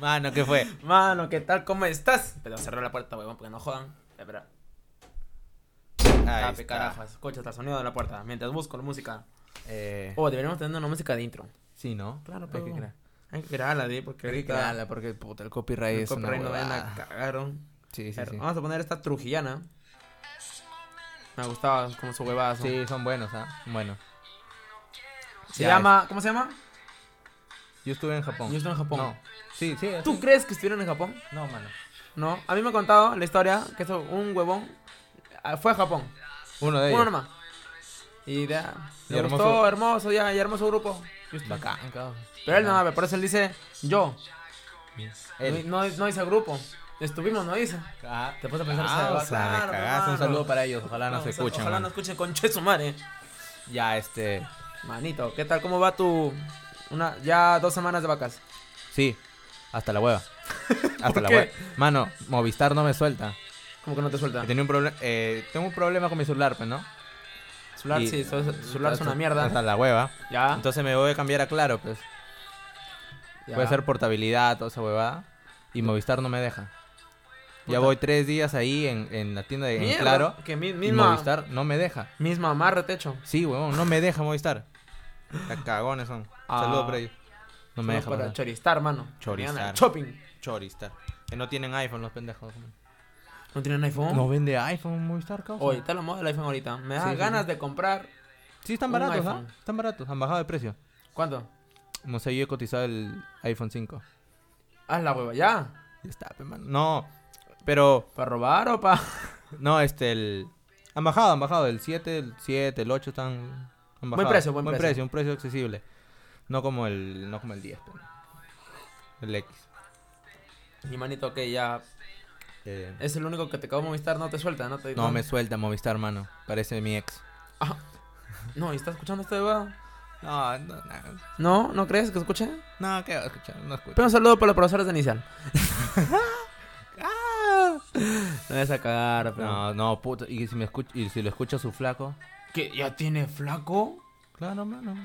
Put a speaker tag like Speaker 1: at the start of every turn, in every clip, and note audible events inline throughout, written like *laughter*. Speaker 1: Mano, ¿qué fue?
Speaker 2: Mano, ¿qué tal? ¿Cómo estás? Pero cerró la puerta, huevón, porque no jodan. Espera.
Speaker 1: Ahí
Speaker 2: Ah, pe carajo,
Speaker 1: está.
Speaker 2: escucha hasta el sonido de la puerta. Mientras busco la música.
Speaker 1: Eh,
Speaker 2: Oh, deberíamos tener una música de intro.
Speaker 1: sí, ¿no?
Speaker 2: Claro,
Speaker 1: pero...
Speaker 2: pero. Hay que, crear. hay que crearla, de porque
Speaker 1: Hay que
Speaker 2: ahorita.
Speaker 1: crearla porque puta, el copyright
Speaker 2: el
Speaker 1: es una
Speaker 2: copyright no vayan a
Speaker 1: huevada.
Speaker 2: cagaron.
Speaker 1: Sí, sí,
Speaker 2: Pero Ah.
Speaker 1: sí.
Speaker 2: Vamos a poner esta trujillana. Me gustaba como su huevazo.
Speaker 1: Sí, son buenos, ¿ah? Buenos.
Speaker 2: Se
Speaker 1: Ya,
Speaker 2: llama. ¿Cómo se llama?
Speaker 1: Yo estuve en Japón.
Speaker 2: Yo estuve en Japón.
Speaker 1: No. Sí, sí.
Speaker 2: ¿Tú crees que estuvieron en Japón?
Speaker 1: No, mano.
Speaker 2: No. A mí me ha contado la historia que eso, un huevón ah, fue a Japón.
Speaker 1: Uno de ellos.
Speaker 2: Uno nomás. Y ya.
Speaker 1: Y
Speaker 2: Le
Speaker 1: hermoso.
Speaker 2: gustó, hermoso, ya, y hermoso grupo.
Speaker 1: Bacán, cabrón.
Speaker 2: Pero él
Speaker 1: Bacán.
Speaker 2: no, por eso él dice yo.
Speaker 1: Él.
Speaker 2: No, no dice grupo. Estuvimos, no dice.
Speaker 1: Ah, te puedes
Speaker 2: pensar, se va, claro,
Speaker 1: cagazo. Un
Speaker 2: mano.
Speaker 1: saludo para ellos. Ojalá nos
Speaker 2: No, o sea,
Speaker 1: escuchen.
Speaker 2: Ojalá no
Speaker 1: mano.
Speaker 2: escuchen conche su madre.
Speaker 1: Ya, este.
Speaker 2: Manito, ¿qué tal? ¿Cómo va tu. Una, ya dos semanas de vacas?
Speaker 1: Sí, hasta la
Speaker 2: *laughs*
Speaker 1: hueva. Hasta
Speaker 2: ¿Por
Speaker 1: la
Speaker 2: qué?
Speaker 1: hueva. Mano, Movistar no me suelta.
Speaker 2: Como que no te suelta.
Speaker 1: Tenía un problema. eh, tengo un problema con mi celular, pues, ¿no?
Speaker 2: Celular,
Speaker 1: Y-
Speaker 2: sí, so- celular es
Speaker 1: Hasta-
Speaker 2: una mierda.
Speaker 1: Hasta la hueva.
Speaker 2: Ya.
Speaker 1: Entonces me voy a cambiar a Claro, pues.
Speaker 2: ya.
Speaker 1: Puede ser eh, portabilidad, toda esa huevada. Y Movistar no me deja. Ya
Speaker 2: Puta.
Speaker 1: voy tres días ahí en, en la tienda de en
Speaker 2: Mierda,
Speaker 1: Claro.
Speaker 2: Que mi-
Speaker 1: Y
Speaker 2: misma.
Speaker 1: Movistar no me deja.
Speaker 2: Misma amarre techo.
Speaker 1: Sí, huevón, no me deja Movistar. Las cagones son.
Speaker 2: Ah.
Speaker 1: Saludos para ellos. No me
Speaker 2: Solo
Speaker 1: deja.
Speaker 2: Para
Speaker 1: mano.
Speaker 2: choristar, mano.
Speaker 1: Choristar.
Speaker 2: Mañana, Shopping.
Speaker 1: Choristar. Que no tienen iPhone los pendejos. mano.
Speaker 2: ¿No tienen iPhone?
Speaker 1: No vende iPhone Movistar, causa.
Speaker 2: Oye, está la moda del iPhone ahorita. Me da
Speaker 1: Sí, sí,
Speaker 2: ganas de comprar.
Speaker 1: Sí, están
Speaker 2: un
Speaker 1: baratos, ¿ah?
Speaker 2: iPhone.
Speaker 1: Están baratos, han bajado de precio.
Speaker 2: ¿Cuánto?
Speaker 1: No sé, yo he cotizado el iPhone 5.
Speaker 2: Haz Ah, la hueva ya.
Speaker 1: Ya está, pe, mano. No, pero,
Speaker 2: ¿Para robar o para.?
Speaker 1: no, este, el... Han bajado, han bajado. El 7, el 7, el 8 están... han bajado.
Speaker 2: precio, buen precio.
Speaker 1: Un precio accesible. No como el, no como el 10, pero... El X.
Speaker 2: *laughs* Y manito, que ya.
Speaker 1: Eh,
Speaker 2: Es el único que te acabo de Movistar, no te suelta, no te.
Speaker 1: No me suelta Movistar, mano. Parece mi ex.
Speaker 2: No, ¿y estás escuchando este huevado?
Speaker 1: No, no, no.
Speaker 2: No, ¿no crees que escuche?
Speaker 1: No, ¿qué va a escuchar? No escucho.
Speaker 2: Pero un saludo para los profesores de Nissan.
Speaker 1: ¡Ah! *laughs*
Speaker 2: no vas a cagar, pero.
Speaker 1: No, no, puto. Y si, me escucho, y si lo escucho su flaco...
Speaker 2: ¿Que ya tiene flaco?
Speaker 1: Claro, mano.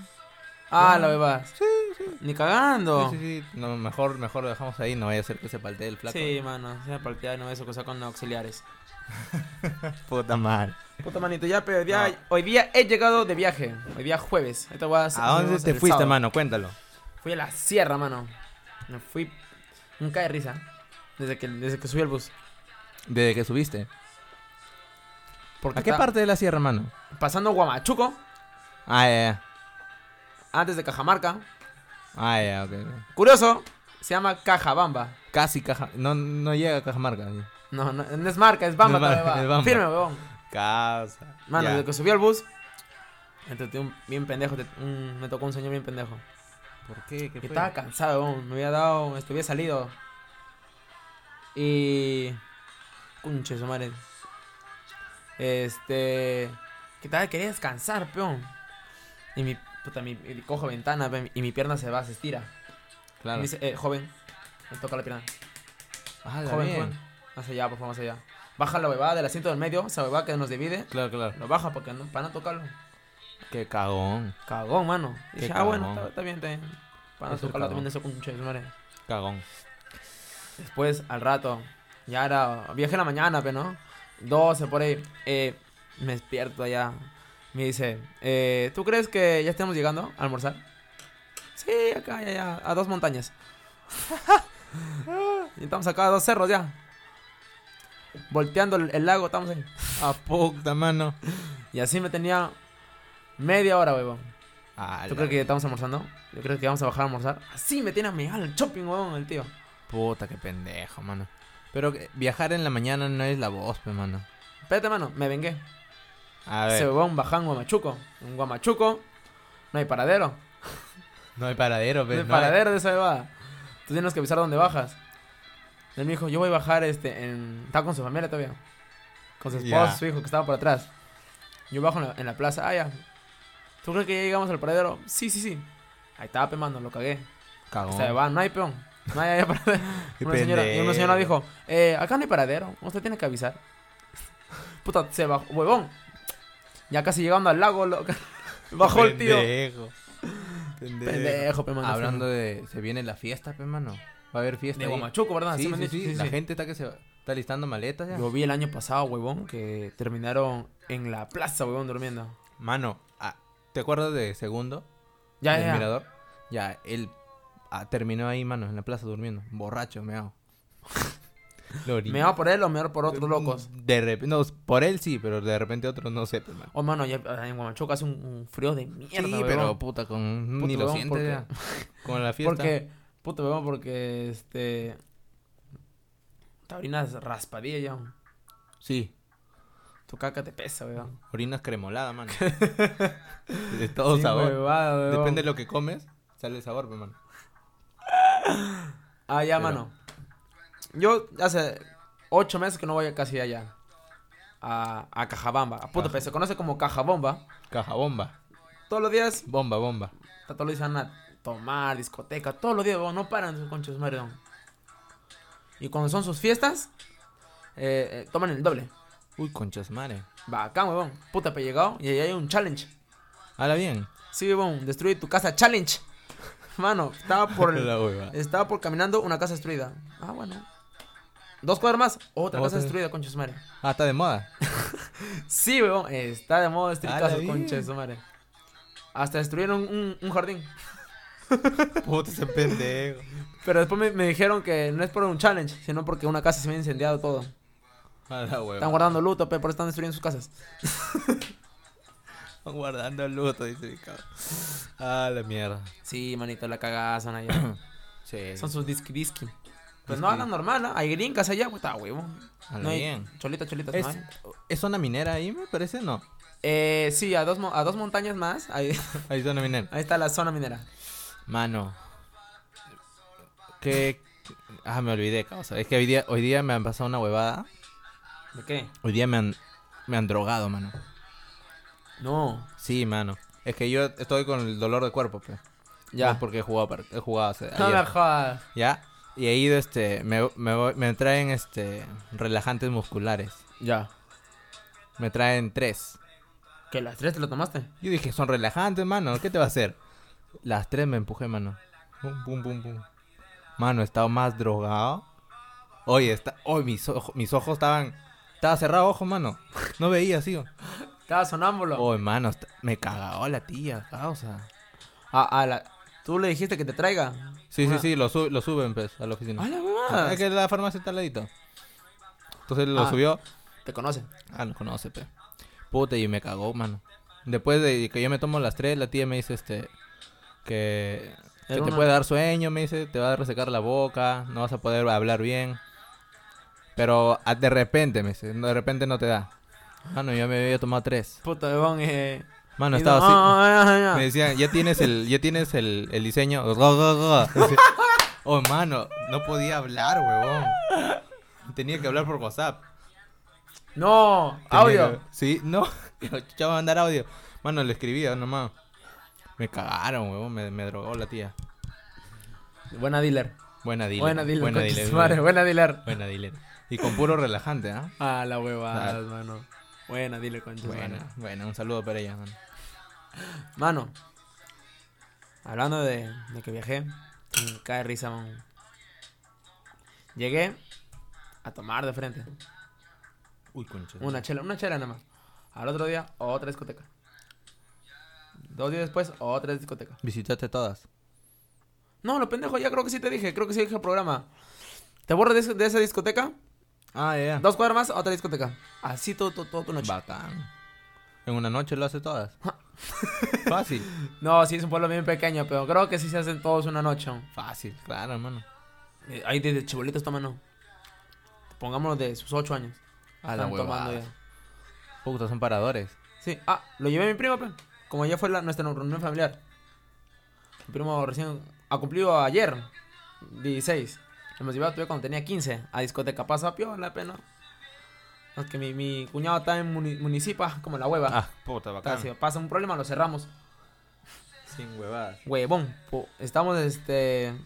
Speaker 2: Ah,
Speaker 1: Claro.
Speaker 2: la bebas. Sí, sí. Ni cagando.
Speaker 1: Sí, sí, sí. No, mejor, mejor lo dejamos ahí. No vaya a ser que se paltee el flaco.
Speaker 2: Sí, mano, sea partida no eso que sacan los auxiliares.
Speaker 1: Puta madre.
Speaker 2: Puta manito, ya, pero ya- hoy día he llegado de viaje. Hoy día jueves. Esta voy
Speaker 1: ¿A dónde te fuiste, mano? Cuéntalo.
Speaker 2: Fui a la sierra, mano. Me fui. Nunca de risa. Desde que, desde que subí al bus.
Speaker 1: Desde que subiste.
Speaker 2: Porque
Speaker 1: ¿A qué
Speaker 2: ta-
Speaker 1: parte de la sierra, mano?
Speaker 2: Pasando Guamachuco,
Speaker 1: Ah, ya, ya.
Speaker 2: antes de Cajamarca.
Speaker 1: Ah, ya, ok, ok.
Speaker 2: Curioso, se llama Cajabamba.
Speaker 1: Casi caja. No, no llega a Cajamarca. sí.
Speaker 2: No, no, no es marca, es Bamba.
Speaker 1: No es marca,
Speaker 2: todavía va.
Speaker 1: es Bamba.
Speaker 2: Firme, weón.
Speaker 1: Casa.
Speaker 2: Mano,
Speaker 1: Ya.
Speaker 2: desde que subí al bus. Entonces, un bien pendejo, te- un- me tocó un señor bien pendejo.
Speaker 1: ¿Por qué? ¿Qué
Speaker 2: Que
Speaker 1: fue?
Speaker 2: estaba cansado, weón. me había dado, estuviera salido. Y. Cunche, su madre. Este. Que estaba, quería descansar, peón. Y mi. Puta, mi, y cojo ventana pe, y mi pierna se va, se estira. Y
Speaker 1: Claro.
Speaker 2: me dice, eh, joven. Me toca la pierna.
Speaker 1: Ah, la
Speaker 2: Joven,
Speaker 1: bien.
Speaker 2: joven. Más allá, por favor, más allá. Baja la huevada del asiento del medio, esa huevada que nos divide.
Speaker 1: Claro, claro.
Speaker 2: Lo baja porque no, para no tocarlo.
Speaker 1: Qué cagón.
Speaker 2: Cagón, mano.
Speaker 1: Qué
Speaker 2: Dije, ah, bueno,
Speaker 1: cagón.
Speaker 2: está, está bien, está bien. Para no
Speaker 1: Es el
Speaker 2: tocarlo
Speaker 1: cagón.
Speaker 2: también eso con su madre.
Speaker 1: Cagón.
Speaker 2: Después, al rato, ya era viaje en la mañana, pero no. 12 por ahí. Eh, me despierto allá. Me dice, eh, ¿tú crees que ya estamos llegando a almorzar? Sí, acá, ya, ya, a
Speaker 1: *laughs*
Speaker 2: dos montañas. y estamos acá a dos cerros ya. Volteando el, el lago, estamos ahí.
Speaker 1: A puta, mano.
Speaker 2: Y así me tenía media hora, huevón.
Speaker 1: Ah,
Speaker 2: ¿Tú
Speaker 1: la
Speaker 2: crees que estamos almorzando? ¿Yo crees que vamos a bajar a almorzar? Así me tiene a mear el shopping, huevón, el tío.
Speaker 1: Puta, qué pendejo, mano. Pero que- viajar en la mañana no es la voz, pues, mano.
Speaker 2: Espérate, mano, me vengué.
Speaker 1: A
Speaker 2: Se
Speaker 1: ver.
Speaker 2: va un baján Guamachuco. En Guamachuco no hay paradero.
Speaker 1: No hay paradero,
Speaker 2: No
Speaker 1: pues.
Speaker 2: hay paradero de esa bebada. Tú tienes que avisar dónde bajas. Él me dijo, yo voy a bajar este en... Estaba con su familia todavía. Con su esposo,
Speaker 1: Ya.
Speaker 2: su hijo, que estaba por atrás. Yo bajo en la, en la plaza. Ah, ya. ¿Tú crees que ya llegamos al paradero? Sí, sí, sí. Ahí estaba, pe, mano, lo cagué.
Speaker 1: Cagón.
Speaker 2: Se va, no hay peón. No hay allá paradero.
Speaker 1: Qué
Speaker 2: una, señora, y una señora
Speaker 1: pendejo.
Speaker 2: dijo, eh, acá no hay paradero. Usted tiene que avisar. *laughs* Puta, se bajó. Huevón. Ya casi llegando al lago, lo-
Speaker 1: *laughs*
Speaker 2: Bajó el tío.
Speaker 1: Pendejo. Pendejo.
Speaker 2: *laughs* Pendejo, pe, mano.
Speaker 1: Hablando de. Se viene la fiesta, pe, mano. Va a haber fiesta.
Speaker 2: De
Speaker 1: ahí.
Speaker 2: Guamachuco, ¿verdad?
Speaker 1: Sí,
Speaker 2: Así me han
Speaker 1: sí,
Speaker 2: dicho,
Speaker 1: sí,
Speaker 2: sí,
Speaker 1: La
Speaker 2: sí.
Speaker 1: gente está que se va- está listando maletas ya.
Speaker 2: Yo vi el año pasado, huevón, que terminaron en la plaza, huevón, durmiendo.
Speaker 1: Mano, ah, ¿te acuerdas de segundo?
Speaker 2: Ya,
Speaker 1: del
Speaker 2: ya, ya.
Speaker 1: mirador. Ya, él ah, terminó ahí, mano, en la plaza durmiendo. Borracho, me
Speaker 2: *laughs*
Speaker 1: hago.
Speaker 2: Me va por él o me va por otros locos.
Speaker 1: De repente, no, por él sí, pero de repente otro no sé, pues, mano.
Speaker 2: Oh, mano, ya en Guamachuco hace un, un frío de mierda,
Speaker 1: sí,
Speaker 2: huevón.
Speaker 1: pero puta, con
Speaker 2: Puto
Speaker 1: ni lo
Speaker 2: huevón,
Speaker 1: sientes
Speaker 2: porque-
Speaker 1: ya. Con
Speaker 2: *laughs*
Speaker 1: la fiesta.
Speaker 2: Porque, puto, huevón, porque, este... Tabrinas raspadilla ya. huevón.
Speaker 1: Sí,
Speaker 2: Tu caca te pesa, huevón.
Speaker 1: orinas cremolada,
Speaker 2: *laughs*
Speaker 1: mano. de todo
Speaker 2: Sí,
Speaker 1: sabor.
Speaker 2: huevada, huevón.
Speaker 1: Depende de lo que comes, sale el sabor, pues, mano.
Speaker 2: Ah, ya,
Speaker 1: Pero-
Speaker 2: mano. Yo hace ocho meses que no voy casi allá. A, a Cajabamba. A puto,
Speaker 1: Caja-
Speaker 2: pe, se conoce como Cajabomba.
Speaker 1: Caja bomba.
Speaker 2: Todos los días,
Speaker 1: Bomba, bomba.
Speaker 2: está todos los días van a tomar, discoteca. Todos los días, weón, no paran sus conchos, madre. weón. Y cuando son sus fiestas, eh, eh, toman el doble.
Speaker 1: Uy, conchas madre.
Speaker 2: Bacán, weón. Puta, pe, llegado. Y ahí hay un challenge.
Speaker 1: Hala bien.
Speaker 2: Sí, weón, destruye tu casa, challenge. *laughs* Mano, estaba
Speaker 1: *laughs*
Speaker 2: por el,
Speaker 1: la hueva.
Speaker 2: Estaba por caminando una casa destruida. Ah, bueno. Dos cuadras más, otra
Speaker 1: Otra.
Speaker 2: casa destruida, concha de su madre.
Speaker 1: Ah, está de moda.
Speaker 2: Sí, weón, está de moda
Speaker 1: A
Speaker 2: destruir
Speaker 1: la
Speaker 2: casas,
Speaker 1: vida.
Speaker 2: concha de su madre. Hasta destruyeron un, un jardín.
Speaker 1: *laughs* Puta ese pendejo.
Speaker 2: Pero después me, me dijeron que no es por un challenge, sino porque una casa se había incendiado todo.
Speaker 1: A la hueva.
Speaker 2: Están guardando luto, pe, por eso están destruyendo sus casas.
Speaker 1: Están guardando el luto, dice mi cabrón. Ah, la mierda.
Speaker 2: Sí, manito, la
Speaker 1: *coughs*
Speaker 2: cagazan allá.
Speaker 1: Sí.
Speaker 2: Son sus disqui disqui. Pues
Speaker 1: Disqui.
Speaker 2: no hablan normal, ¿no? Hay gringas allá, pues está huevón.
Speaker 1: A la
Speaker 2: No hay
Speaker 1: bien.
Speaker 2: cholita, cholitas,
Speaker 1: ¿Es,
Speaker 2: no hay.
Speaker 1: ¿Es zona minera ahí, me parece? No.
Speaker 2: Eh, sí, a dos, mo- a dos montañas más, ahí, *laughs*
Speaker 1: Ahí es zona minera.
Speaker 2: ahí está la zona minera.
Speaker 1: Mano. Que. Ah, me olvidé, causa. Es que hoy día, hoy día me han pasado una huevada.
Speaker 2: ¿De qué?
Speaker 1: Hoy día me han, me han drogado, mano.
Speaker 2: No.
Speaker 1: Sí, mano. Es que yo estoy con el dolor de cuerpo, pe.
Speaker 2: Ya.
Speaker 1: No, porque he jugado, par- he jugado hace-
Speaker 2: No
Speaker 1: ayer.
Speaker 2: me jodas.
Speaker 1: ¿Ya? Y he ido, este, me, me, voy- me traen, este, relajantes musculares.
Speaker 2: Ya.
Speaker 1: Me traen tres.
Speaker 2: ¿Que las tres te lo tomaste?
Speaker 1: Yo dije, son relajantes, mano, ¿qué te va a hacer? Las tres me empujé, mano. Pum, pum, pum, pum. Mano, he estado más drogado. Oye, está... Oye, mis, ojo- mis ojos estaban... Estaba cerrado ojo, mano. No veía, sí.
Speaker 2: Estaba sonámbulo.
Speaker 1: Oye, mano, est- me cagó la tía, causa.
Speaker 2: A, a Ah, la... ¿Tú le dijiste que te traiga? Ah,
Speaker 1: Sí, sí,
Speaker 2: Una-
Speaker 1: sí, lo, su- lo suben, pues, a la oficina.
Speaker 2: ¡A la huevada!
Speaker 1: Es que la farmacia está al ladito. Entonces lo
Speaker 2: Ah.
Speaker 1: subió.
Speaker 2: Te conoce.
Speaker 1: Ah, no conoce, pe. Puta, y me cagó, mano. Después de que yo me tomo las tres, la tía me dice, este, que, que
Speaker 2: Era
Speaker 1: te
Speaker 2: una-
Speaker 1: puede dar sueño, me dice, te va a resecar la boca, no vas a poder hablar bien. Pero ah, de repente, me dice, no, de repente no te da. Mano, yo me había tomado tres.
Speaker 2: Puta, weón, eh...
Speaker 1: Mano,
Speaker 2: y
Speaker 1: estaba
Speaker 2: no-
Speaker 1: así.
Speaker 2: Ah, ah, ah, ah.
Speaker 1: Me decían, ya tienes el, ya tienes el, el diseño. Ro, ro, ro. Decía, Oh, mano, no podía hablar, huevón. Tenía que hablar por WhatsApp.
Speaker 2: No,
Speaker 1: Tenía
Speaker 2: audio.
Speaker 1: que- Sí, no. *laughs* Ya va a mandar audio. Mano, le escribía nomás. Me cagaron, huevón. Me, me drogó la tía.
Speaker 2: Buena dealer.
Speaker 1: Buena dealer.
Speaker 2: Buena dealer,
Speaker 1: Buena
Speaker 2: buena
Speaker 1: dealer.
Speaker 2: Madre,
Speaker 1: huevón.
Speaker 2: buena dealer.
Speaker 1: Buena dealer. Y con puro relajante, ¿ah?
Speaker 2: A la huevada,
Speaker 1: Claro.
Speaker 2: mano. Buena dealer, concha. de su madre.
Speaker 1: Bueno, bueno, un saludo para ella. mano.
Speaker 2: Mano, hablando de, de que viajé, me cae de risa, man. Llegué a tomar de frente.
Speaker 1: Uy, concha.
Speaker 2: Una chela, una chela nada más. Al otro día, otra discoteca. Dos días después, otra discoteca.
Speaker 1: Visitaste todas.
Speaker 2: No, lo pendejo, ya creo que sí te dije, creo que sí dije el programa. Te borras de, ese- de esa discoteca,
Speaker 1: Ah, ya.
Speaker 2: dos cuadras más, otra discoteca. Así todo, todo, todo tu noche.
Speaker 1: Bacán. En una noche lo hace todas.
Speaker 2: *laughs*
Speaker 1: Fácil.
Speaker 2: No, sí, es un pueblo bien pequeño, pero creo que sí se hacen todos una noche.
Speaker 1: Fácil, claro, hermano.
Speaker 2: Eh, Ahí desde chibolitos toman, no. Pongámonos de sus ocho años.
Speaker 1: A la
Speaker 2: Están tomando
Speaker 1: huevada.
Speaker 2: ya.
Speaker 1: Puta, son paradores.
Speaker 2: Sí, ah, lo llevé a mi primo, pe. Como ya fue la- nuestra reunión familiar. Mi primo recién ha cumplido ayer, 16. Hemos llevado tuve cuando tenía 15 a discoteca. Pasa piola, pe, ¿no? Es que mi, mi cuñado está en muni- municipa, como la hueva.
Speaker 1: Ah, puta,
Speaker 2: Está, si pasa un problema, lo cerramos.
Speaker 1: Sin huevadas.
Speaker 2: Huevón, po- estamos este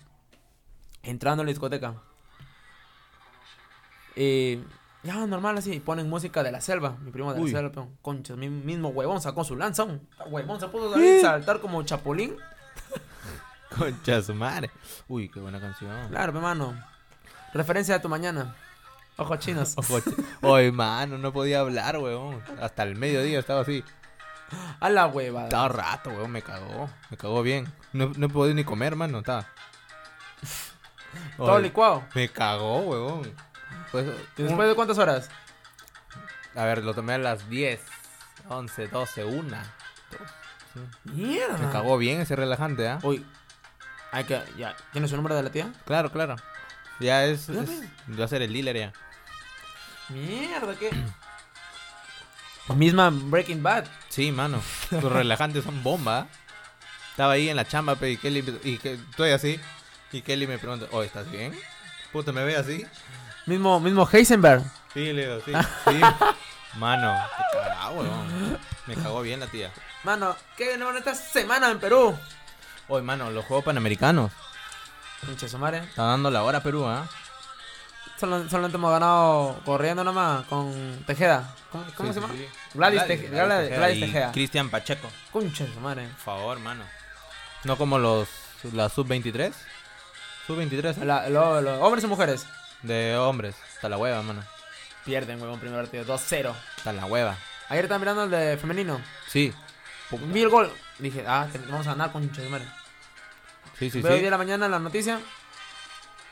Speaker 2: entrando a la discoteca. Y ya normal así, ponen música de la selva, mi primo de
Speaker 1: Uy.
Speaker 2: la selva, peón. Concha, mi mismo huevón sacó su lanza, un huevón se puso a saltar como chapulín.
Speaker 1: Concha su madre. Uy, qué buena canción.
Speaker 2: Claro, hermano. Referencia de tu mañana. Ojos chinos.
Speaker 1: Ojo, ch- *laughs* Oye, mano, no podía hablar, weón. Hasta el mediodía estaba así.
Speaker 2: A la
Speaker 1: *laughs*
Speaker 2: huevada.
Speaker 1: Estaba rato, weón, me cagó. Me cagó bien. No, no he podido ni comer, mano, *laughs* estaba.
Speaker 2: Todo
Speaker 1: Oye,
Speaker 2: licuado.
Speaker 1: me cagó, weón. Pues,
Speaker 2: ¿Y después de cuántas horas?
Speaker 1: A ver, lo tomé a las 10, 11, 12, 1.
Speaker 2: Mierda.
Speaker 1: Me cagó bien ese relajante, ¿ah?
Speaker 2: Uy. Hay que. Ya. ¿Tienes su número de la tía?
Speaker 1: Claro, claro. Ya es.
Speaker 2: Ya,
Speaker 1: es- va a ser el dealer ya.
Speaker 2: Mierda, ¿qué? Misma Breaking Bad.
Speaker 1: Sí, mano. Tus relajantes son bomba. ¿ah? Estaba ahí en la chamba, pe, y Kelly. Y que, estoy así. Y Kelly me pregunta, oh, ¿estás bien? Puta, ¿me ve así?
Speaker 2: Mismo, mismo Heisenberg.
Speaker 1: Sí, le digo, sí.
Speaker 2: *laughs*
Speaker 1: sí. Mano, te cagá, weón. Me cagó bien la tía.
Speaker 2: Mano, ¿qué ganó esta semana en Perú?
Speaker 1: Oye, mano, los Juegos Panamericanos.
Speaker 2: Pinche su madre.
Speaker 1: Está dando la hora Perú, ¿ah?
Speaker 2: Solo, solamente hemos ganado corriendo nomás con Tejeda. ¿Cómo, cómo
Speaker 1: Sí,
Speaker 2: se llama?
Speaker 1: sí, sí.
Speaker 2: Gladys Tej- Gladys- Gladys
Speaker 1: y
Speaker 2: Tejeda.
Speaker 1: Cristian Pacheco.
Speaker 2: Concha de su madre.
Speaker 1: Por favor, mano. No como los la sub-23. Sub-23
Speaker 2: La- lo- lo- hombres y mujeres.
Speaker 1: de hombres. Está la hueva, mano.
Speaker 2: Pierden, huevón, primer partido. 2-0.
Speaker 1: Está la hueva.
Speaker 2: Ayer estaba mirando el de femenino.
Speaker 1: Sí.
Speaker 2: Vi el gol. Dije, ah, te- vamos a ganar, concha de su madre.
Speaker 1: Sí, sí,
Speaker 2: Veo hoy
Speaker 1: sí.
Speaker 2: de la mañana la noticia.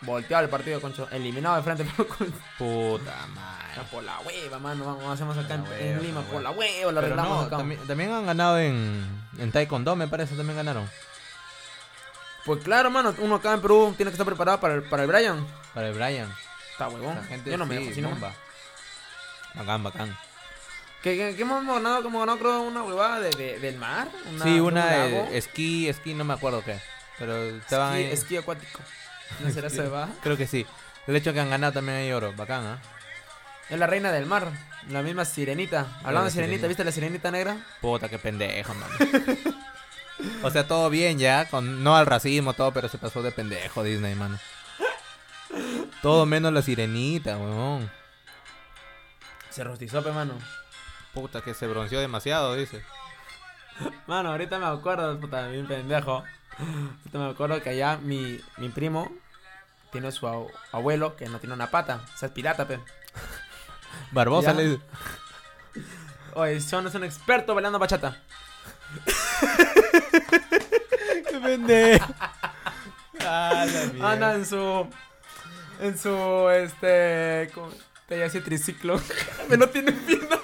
Speaker 2: Volteado el partido, concho. Eliminado de frente. *laughs* pero con-
Speaker 1: Puta madre.
Speaker 2: por la hueva, mano. Vamos, hacemos acá en,
Speaker 1: Por la
Speaker 2: en
Speaker 1: hueva,
Speaker 2: Lima.
Speaker 1: por
Speaker 2: Por
Speaker 1: la
Speaker 2: la hueva, lo
Speaker 1: Pero
Speaker 2: arreglamos
Speaker 1: no,
Speaker 2: acá.
Speaker 1: también, también han ganado en, en Taekwondo, me parece, también ganaron.
Speaker 2: Pues claro, mano. Uno acá en Perú tiene que estar preparado para el, para el Brian.
Speaker 1: Para el Brian.
Speaker 2: Está huevón.
Speaker 1: La gente
Speaker 2: Yo no me
Speaker 1: sí,
Speaker 2: dejo, si no.
Speaker 1: bomba. Bacán, bacán.
Speaker 2: ¿Qué, qué, qué hemos ganado? ¿Cómo ganado? Creo una huevada de, de- del mar.
Speaker 1: sí, una
Speaker 2: de un
Speaker 1: de
Speaker 2: lago.
Speaker 1: esquí, esquí, no me acuerdo qué. Pero estaban
Speaker 2: esquí,
Speaker 1: ahí. *laughs*
Speaker 2: esquí acuático. ¿No será esa huevada?
Speaker 1: Creo que sí. El hecho que han ganado también hay oro. Bacán, ¿ah?
Speaker 2: Es la reina del mar. La misma sirenita. Hablando de sirenita,
Speaker 1: sirenita.
Speaker 2: ¿viste la sirenita negra?
Speaker 1: Puta, qué pendejo, mano.
Speaker 2: *laughs*
Speaker 1: o sea, todo bien ya, con, no al racismo, todo, pero se pasó de pendejo Disney, mano. Todo menos la sirenita, weón.
Speaker 2: Se rostizó, pe, mano.
Speaker 1: Puta, que se bronceó demasiado, dice.
Speaker 2: Mano, ahorita me acuerdo, puta, bien pendejo. Ahorita me acuerdo que allá mi, mi primo tiene su au- abuelo que no tiene una pata. O sea, es pirata, pe.
Speaker 1: Barbosa
Speaker 2: Ya.
Speaker 1: le
Speaker 2: *laughs*
Speaker 1: dice.
Speaker 2: Oye, Sean es un experto bailando bachata.
Speaker 1: ¡Qué pendejo! *laughs* ah, la mierda.
Speaker 2: Anda en su. En su. Este. ¿cómo? Te iba a decir triciclo. *laughs* Pero no tiene pierna.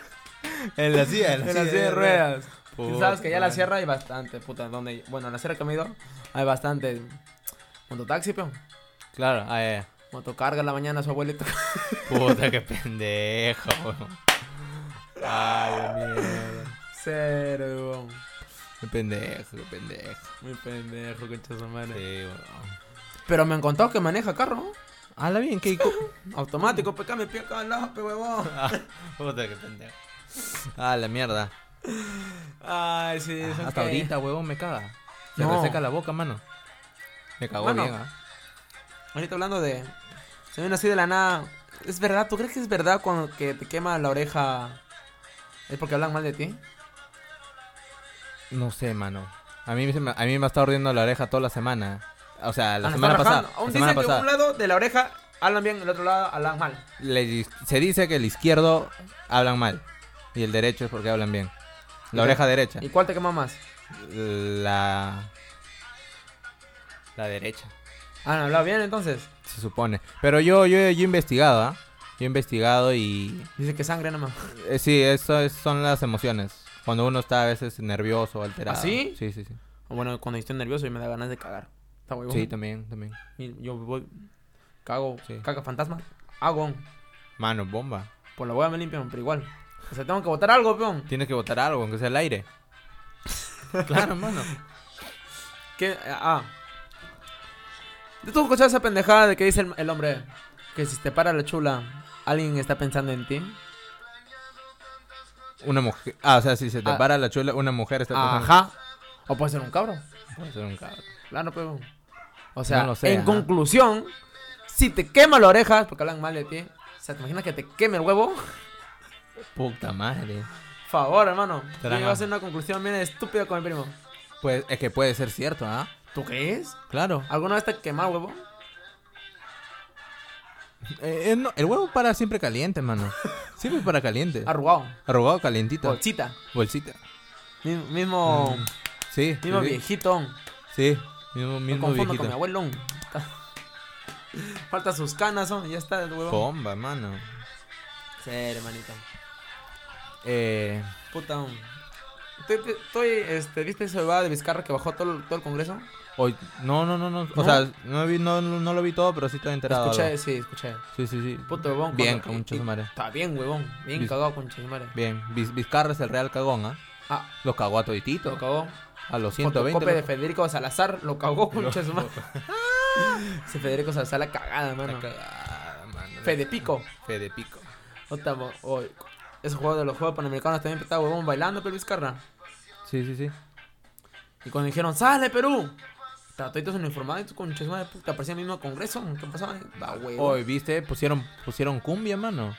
Speaker 1: En la silla,
Speaker 2: En la silla de ruedas.
Speaker 1: Puta,
Speaker 2: Tú sabes que allá en la
Speaker 1: madre.
Speaker 2: sierra hay bastante, puta. Donde, bueno, en la sierra que me he ido hay bastante. Mototaxi, pe.
Speaker 1: Claro, ah, ya, ya.
Speaker 2: Motocarga en la mañana su abuelito. *laughs*
Speaker 1: Puta, qué pendejo, weón. Ay, la mierda.
Speaker 2: Cero, huevón.
Speaker 1: Qué pendejo, qué pendejo.
Speaker 2: Muy pendejo, concha su
Speaker 1: Sí,
Speaker 2: madre.
Speaker 1: weón.
Speaker 2: Pero me han contado que maneja carro,
Speaker 1: Habla bien, ¿qué?
Speaker 2: ¿no?
Speaker 1: Mm.
Speaker 2: Automático, peca mi pie acá al lado, pe huevón.
Speaker 1: Ah, puta que pendejo. Ah, la mierda.
Speaker 2: Ay, sí,
Speaker 1: Ah,
Speaker 2: es
Speaker 1: hasta ahorita, huevón, me caga. Se
Speaker 2: No.
Speaker 1: reseca la boca, mano. Me cagó
Speaker 2: Mano.
Speaker 1: bien, ah.
Speaker 2: Ahorita hablando de. Se viene así de la nada. ¿Es verdad? ¿Tú crees que es verdad cuando que te quema la oreja? ¿Es porque hablan mal de ti?
Speaker 1: No sé, mano. A mí, se me- a mí me ha estado riendo la oreja toda la semana. O sea, la
Speaker 2: Ah,
Speaker 1: semana
Speaker 2: están
Speaker 1: pasada.
Speaker 2: rajando. Aún
Speaker 1: la semana
Speaker 2: dicen que un
Speaker 1: pasada.
Speaker 2: lado de la oreja hablan bien, el otro lado hablan mal.
Speaker 1: Le- se dice que el izquierdo hablan mal. Y el derecho es porque hablan bien.
Speaker 2: ¿Y
Speaker 1: La
Speaker 2: qué?
Speaker 1: oreja derecha.
Speaker 2: ¿Y cuál te quema más?
Speaker 1: La. La derecha.
Speaker 2: Ah, ¿han hablado bien entonces?
Speaker 1: Se supone. Pero yo, yo, yo he investigado, ¿ah? Yo he investigado y
Speaker 2: Dice que sangre nomás.
Speaker 1: Eh, sí, eso es- son las emociones. Cuando uno está a veces nervioso, alterado.
Speaker 2: ¿Ah, sí?
Speaker 1: Sí, sí, sí.
Speaker 2: O Bueno, cuando estoy nervioso y me da ganas de cagar. Está huevón.
Speaker 1: Sí, también, también.
Speaker 2: Y Yo voy. Cago.
Speaker 1: Sí.
Speaker 2: Caga fantasma. Hago.
Speaker 1: Mano, bomba.
Speaker 2: Por Pues la hueá me limpian, pero igual. O sea, tengo que botar algo, peón.
Speaker 1: Tienes que botar algo, aunque sea el
Speaker 2: *laughs*
Speaker 1: aire. claro, mano.
Speaker 2: ¿Qué? Ah. ¿Tú has escuchado esa pendejada de que dice el, el hombre? Que si te para la chula, alguien está pensando en ti.
Speaker 1: Una mujer. Ah, o sea, si se te
Speaker 2: Ah.
Speaker 1: para la chula, una mujer está pensando-
Speaker 2: Ajá. O puede ser un cabro.
Speaker 1: Puede ser un cabrón.
Speaker 2: Claro, peón. O sea,
Speaker 1: No lo sé,
Speaker 2: en
Speaker 1: ajá.
Speaker 2: conclusión, si te quema la oreja, porque hablan mal de ti. O sea, ¿te imaginas que te queme el huevo? *laughs*
Speaker 1: Puta madre.
Speaker 2: Favor, hermano. Yo
Speaker 1: Drama.
Speaker 2: iba a hacer una conclusión bien estúpida con el primo.
Speaker 1: Pues es que puede ser cierto, ¿ah?
Speaker 2: ¿Tú crees?
Speaker 1: Claro.
Speaker 2: ¿Alguna vez te quemar huevo?
Speaker 1: Eh, eh, no, el huevo para siempre caliente,
Speaker 2: *laughs*
Speaker 1: mano. Siempre para caliente.
Speaker 2: Arrugado.
Speaker 1: Arrugado calientito.
Speaker 2: Bolsita.
Speaker 1: Bolsita.
Speaker 2: Mi-
Speaker 1: Mm.
Speaker 2: mismo.
Speaker 1: Sí.
Speaker 2: Mismo
Speaker 1: sí, sí.
Speaker 2: viejito.
Speaker 1: Sí, mismo,
Speaker 2: Me
Speaker 1: mismo
Speaker 2: confundo con mi
Speaker 1: viejito.
Speaker 2: abuelo. *laughs* Falta sus canas, ¿no? Ya está el huevo.
Speaker 1: Bomba, mano.
Speaker 2: Sí, hermanito.
Speaker 1: Eh,
Speaker 2: Puta. um. Estoy, estoy, este, ¿viste ese va de Vizcarra que bajó todo el, todo el congreso?
Speaker 1: hoy, no, no, no, no. O
Speaker 2: ¿No?
Speaker 1: sea, no, vi- no, no- no lo vi todo, pero sí estoy enterado.
Speaker 2: escuché,
Speaker 1: algo.
Speaker 2: sí, escuché.
Speaker 1: Sí, sí, sí.
Speaker 2: Puto huevón.
Speaker 1: Bien,
Speaker 2: cuando-
Speaker 1: concha
Speaker 2: y-
Speaker 1: su madre.
Speaker 2: Está bien, huevón. Bien
Speaker 1: Viz-
Speaker 2: cagado con madre.
Speaker 1: Bien. Viz- Vizcarra es el real cagón, ¿ah?
Speaker 2: Ah,
Speaker 1: Los cagó a
Speaker 2: lo
Speaker 1: toditito.
Speaker 2: cagó.
Speaker 1: A los 120.
Speaker 2: Fotocopia de
Speaker 1: los-
Speaker 2: Federico Salazar *laughs* lo cagó con madre. *laughs* Ese Federico Salazar la cagada,
Speaker 1: La
Speaker 2: mano.
Speaker 1: cagada, mano.
Speaker 2: Fede Pico.
Speaker 1: Fede Pico.
Speaker 2: Otra, bo- oh, ese juego de los juegos panamericanos también estaba huevón bailando, pero Vizcarra.
Speaker 1: Sí, sí, sí.
Speaker 2: Y cuando dijeron, ¡sale Perú! Trataditos uniformados y tú con madre puta, parecía el mismo congreso. ¿Qué pasaba? Va, huevón.
Speaker 1: Hoy, ¿viste? Pusieron, pusieron cumbia, mano.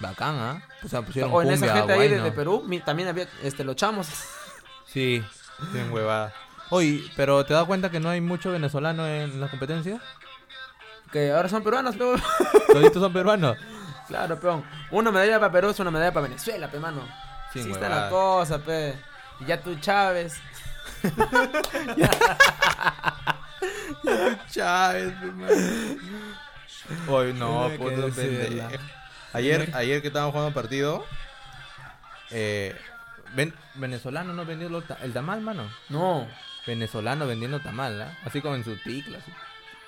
Speaker 1: Bacán, ¿ah? O sea, pusieron
Speaker 2: O en
Speaker 1: cumbia.
Speaker 2: esa gente ahí de,
Speaker 1: guayno.
Speaker 2: de Perú mi- también había este, los chamos. *laughs*
Speaker 1: Sí, bien huevada. Oye, pero ¿te das cuenta que no hay mucho venezolano en las
Speaker 2: *laughs*
Speaker 1: competencias?
Speaker 2: Que ahora son peruanos, pero. *laughs*
Speaker 1: Toditos son peruanos.
Speaker 2: claro, peón. Una medalla para Perú es una medalla para Venezuela, pe, mano.
Speaker 1: Sin
Speaker 2: Así está
Speaker 1: huevadas.
Speaker 2: la cosa, pe. Y ya tú, Chávez.
Speaker 1: Chávez, Hoy no,
Speaker 2: Tenía que
Speaker 1: puto
Speaker 2: decirla.
Speaker 1: pendejo. Ayer, ayer que estábamos jugando partido, eh, ven- venezolano no vendió los ta- el tamal, mano.
Speaker 2: No,
Speaker 1: Venezolano vendiendo tamal, ¿ah? Así como en su ticla. así.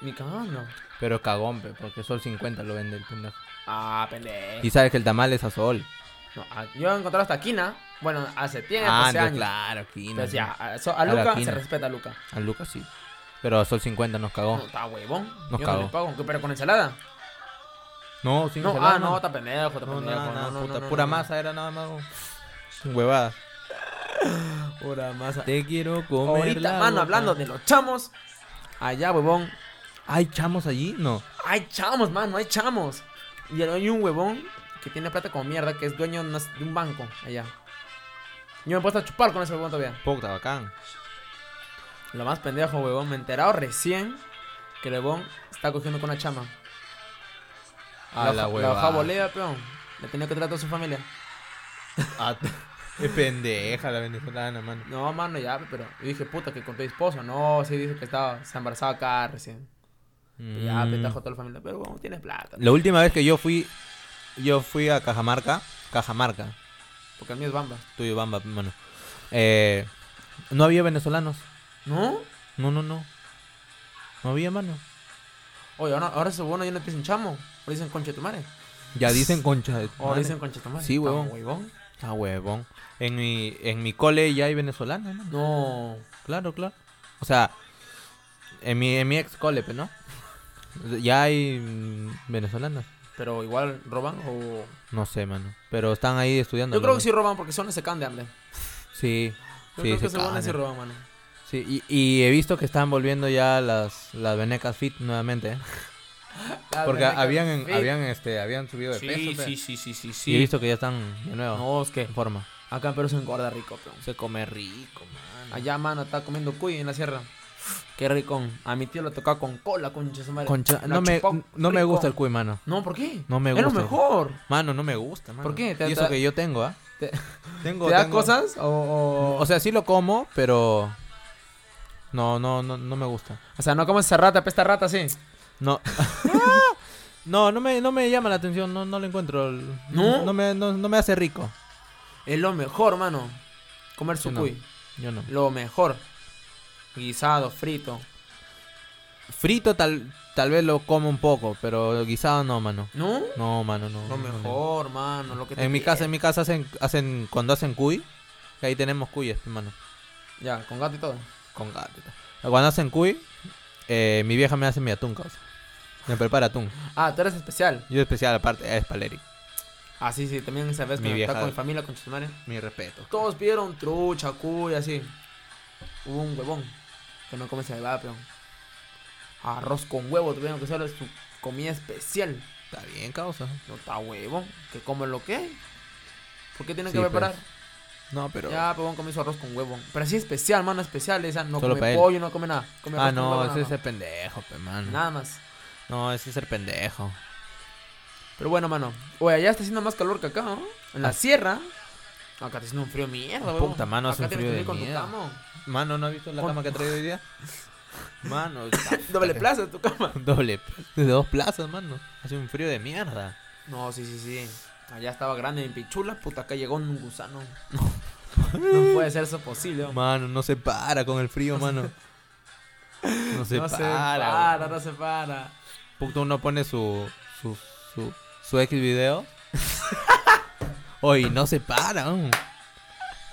Speaker 2: ni cagando.
Speaker 1: Pero cagón, pe, porque Sol 50 lo vende el pendejo.
Speaker 2: Ah, pendejo.
Speaker 1: Y sabes que el tamal es a Sol.
Speaker 2: No, ah, yo he encontrado esta esquina. Bueno, hace tiempo,
Speaker 1: ah,
Speaker 2: hace
Speaker 1: no,
Speaker 2: años.
Speaker 1: claro, aquí. no,
Speaker 2: Entonces, ya,
Speaker 1: no.
Speaker 2: a, so- a
Speaker 1: A la
Speaker 2: Luca se
Speaker 1: esquina.
Speaker 2: respeta a Luca.
Speaker 1: A Lucas sí. Pero a Sol 50 nos cagó.
Speaker 2: No, está huevón.
Speaker 1: Nos
Speaker 2: yo
Speaker 1: cagó.
Speaker 2: no le pago. Pero con ensalada.
Speaker 1: No, sin
Speaker 2: No,
Speaker 1: ensalada,
Speaker 2: ah, no,
Speaker 1: mano.
Speaker 2: está pendejo, está
Speaker 1: No,
Speaker 2: pendejo.
Speaker 1: nada, nada,
Speaker 2: no, no,
Speaker 1: puta,
Speaker 2: no,
Speaker 1: pura
Speaker 2: no, no.
Speaker 1: masa era nada más. güey. Sin huevadas.
Speaker 2: Pura masa.
Speaker 1: Te quiero comer
Speaker 2: Ahorita,
Speaker 1: la
Speaker 2: mano,
Speaker 1: boca.
Speaker 2: hablando de los chamos. Allá, huevón.
Speaker 1: ¿Hay chamos allí? No.
Speaker 2: Hay chamos, mano, hay chamos. Y hay un huevón que tiene plata como mierda, que es dueño de unas- de un banco allá. Yo me he puesto a chupar con ese huevón todavía.
Speaker 1: Puta, bacán.
Speaker 2: Lo más pendejo, huevón. Me he enterado recién que el huevón está cogiendo con una chama.
Speaker 1: A la
Speaker 2: hoja-
Speaker 1: hueva.
Speaker 2: La
Speaker 1: *laughs*
Speaker 2: hoja volea, peón. Le tenía que tratar a su familia.
Speaker 1: Ah, Es pendeja la venezolana, mano.
Speaker 2: No, mano, ya, pero yo dije, puta, que con tu esposa. No, sí, dice que estaba, se embarazaba acá recién. Y Ya,
Speaker 1: Mm.
Speaker 2: petajo a toda la familia. Pero bueno, tienes plata.
Speaker 1: La última vez que yo fui, yo fui a Cajamarca. Cajamarca,
Speaker 2: Porque el mío es bamba.
Speaker 1: tuyo bamba, mano. Eh, no había venezolanos.
Speaker 2: ¿No?
Speaker 1: No, no, no. No había, mano.
Speaker 2: Oye, ahora, ahora esos buenos ya no te dicen chamo. Ahora dicen concha de tu madre.
Speaker 1: Ya dicen concha. de tu
Speaker 2: Ahora
Speaker 1: madre.
Speaker 2: Oh, dicen concha de tu madre.
Speaker 1: Sí,
Speaker 2: Está
Speaker 1: huevón. Ah, huevón. En mi, en mi cole ya hay venezolanos, mano.
Speaker 2: No.
Speaker 1: Claro, claro. O sea, en mi, en mi ex cole, pues, ¿no? Ya hay mm, venezolanos.
Speaker 2: Pero igual roban o.
Speaker 1: No sé, mano. Pero están ahí estudiando.
Speaker 2: Yo creo que
Speaker 1: ¿no?
Speaker 2: sí roban porque son se caen de hambre.
Speaker 1: Sí.
Speaker 2: Yo
Speaker 1: sí,
Speaker 2: creo
Speaker 1: se
Speaker 2: que esos buenos sí
Speaker 1: cagan.
Speaker 2: roban, mano.
Speaker 1: Sí, y, y he visto que están volviendo ya las, las venecas fit nuevamente. ¿eh?
Speaker 2: La
Speaker 1: Porque
Speaker 2: verdad que-
Speaker 1: habían, en-
Speaker 2: Sí.
Speaker 1: habían, eh. este, habían subido de peso.
Speaker 2: Sí,
Speaker 1: pe.
Speaker 2: sí, sí, sí, sí,
Speaker 1: Y he
Speaker 2: sí.
Speaker 1: visto que ya están de nuevo
Speaker 2: No, es que
Speaker 1: en forma.
Speaker 2: acá en Perú se engorda rico, peón.
Speaker 1: Se come rico, mano.
Speaker 2: Allá, mano, está comiendo cuy en la sierra. Qué rico. A mi tío lo tocaba con cola, concha de su madre.
Speaker 1: Concha-
Speaker 2: La
Speaker 1: no me,
Speaker 2: chupó
Speaker 1: no me
Speaker 2: rico.
Speaker 1: gusta el cuy, mano.
Speaker 2: No, ¿por qué?
Speaker 1: No me
Speaker 2: Es lo
Speaker 1: gusta.
Speaker 2: mejor.
Speaker 1: Mano, no me gusta, mano.
Speaker 2: qué? Te-
Speaker 1: y eso
Speaker 2: te-
Speaker 1: que yo tengo, ¿ah?
Speaker 2: ¿Te,
Speaker 1: *laughs* Tengo,
Speaker 2: ¿te da
Speaker 1: tengo-
Speaker 2: cosas? O, o...
Speaker 1: O sea, sí lo como, pero. No, no, no, no me gusta.
Speaker 2: O sea, no comes esa rata, pesta rata, sí.
Speaker 1: No. *laughs* no, no me, no me llama la atención, no, no lo encuentro. el-
Speaker 2: ¿No?
Speaker 1: No me, no, no me hace rico.
Speaker 2: Es lo mejor, mano. Comer
Speaker 1: Sí,
Speaker 2: su
Speaker 1: no.
Speaker 2: cuy.
Speaker 1: Yo no.
Speaker 2: Lo mejor. Guisado, frito.
Speaker 1: Frito tal, tal vez lo como un poco, pero guisado no, mano.
Speaker 2: ¿No?
Speaker 1: No, mano, no. no,
Speaker 2: Lo
Speaker 1: no.
Speaker 2: mejor, mano. Lo que te
Speaker 1: En mi
Speaker 2: quieras.
Speaker 1: casa, en mi casa hacen, hacen cuando hacen cuy, que ahí tenemos cuyes, mano.
Speaker 2: Ya, con gato y todo.
Speaker 1: Con gato. y tal. Cuando hacen cuy, eh, mi vieja me hace mi atún, causa. Me prepara atún.
Speaker 2: Ah, tú eres especial.
Speaker 1: Yo especial aparte, es Paleri.
Speaker 2: Ah, sí, sí. También esa vez
Speaker 1: Mi
Speaker 2: que me
Speaker 1: vieja-
Speaker 2: estaba con mi familia, con sus madres.
Speaker 1: Mi respeto.
Speaker 2: Todos pidieron trucha, cuy, así. Hubo un huevón que no come cebada, peón. Arroz con huevo tuvieron que ser su comida especial.
Speaker 1: Está bien, causa.
Speaker 2: No está huevón, que come lo que. ¿Por qué tienen
Speaker 1: Sí,
Speaker 2: que
Speaker 1: pues.
Speaker 2: preparar?
Speaker 1: No, pero.
Speaker 2: Ya, pues bueno, comí su arroz con huevo. Pero así especial, mano, especial. Esa no
Speaker 1: Solo para
Speaker 2: come
Speaker 1: él.
Speaker 2: pollo, no come nada. Come
Speaker 1: ah,
Speaker 2: arroz con huevo,
Speaker 1: no,
Speaker 2: nada
Speaker 1: ese es
Speaker 2: más.
Speaker 1: el pendejo, pe, mano.
Speaker 2: Nada más.
Speaker 1: No, ese es el pendejo.
Speaker 2: Pero bueno, mano. Oye, allá está haciendo más calor que acá, ¿no? En la sierra. Acá está haciendo un frío mierda, weón.
Speaker 1: Ah. Puta, mano, hace
Speaker 2: Acá
Speaker 1: un
Speaker 2: tienes
Speaker 1: frío
Speaker 2: que
Speaker 1: de
Speaker 2: ir con tu
Speaker 1: mierda.
Speaker 2: cama.
Speaker 1: Mano, ¿no has visto la
Speaker 2: Pon-
Speaker 1: cama que ha traído hoy
Speaker 2: *laughs*
Speaker 1: día? *laughs* Mano, está-
Speaker 2: Doble plaza tu cama. *laughs*
Speaker 1: Doble. De dos plazas, mano. Hace un frío de mierda.
Speaker 2: No, sí, sí, sí. Allá estaba grande mi pichula, puta, acá llegó un
Speaker 1: *laughs*
Speaker 2: gusano. No puede ser eso posible, hombre.
Speaker 1: Mano, no se para con el frío,
Speaker 2: *laughs*
Speaker 1: mano. No se
Speaker 2: no
Speaker 1: para.
Speaker 2: se para,
Speaker 1: güey.
Speaker 2: no se para.
Speaker 1: Puto, uno pone su su su su ex
Speaker 2: *laughs*
Speaker 1: video. Oye, no se para. güey.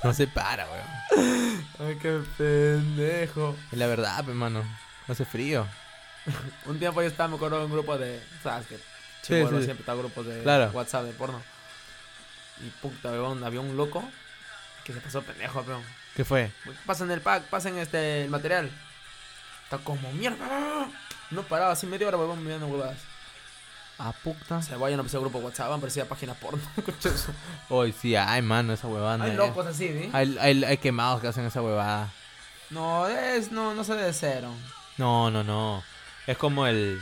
Speaker 1: No se para, weón.
Speaker 2: Ay, qué pendejo.
Speaker 1: Es la verdad, pe, mano. Hace frío.
Speaker 2: Un tiempo yo estaba, me acuerdo, en un grupo de. ¿Sabes qué?
Speaker 1: Sí,
Speaker 2: Chihuahua
Speaker 1: sí.
Speaker 2: siempre está en grupos de
Speaker 1: Claro.
Speaker 2: WhatsApp de porno. Y puta, weón, había un loco que se pasó pendejo, weón.
Speaker 1: ¿Qué fue?
Speaker 2: Pasen el pack, pasen este, el material. Está como mierda. No paraba, así media hora, weón, mirando huevadas.
Speaker 1: A puta.
Speaker 2: Se vayan a el grupo de WhatsApp, aparecía página porno. *laughs* concha de su-
Speaker 1: Hoy sí, ay, mano, esa huevada.
Speaker 2: Hay
Speaker 1: eh.
Speaker 2: locos así, ¿sí?
Speaker 1: Hay, hay- hay quemados que hacen esa huevada.
Speaker 2: No, es, no, no se debe ser. ¿no?
Speaker 1: No, no, no. Es como el.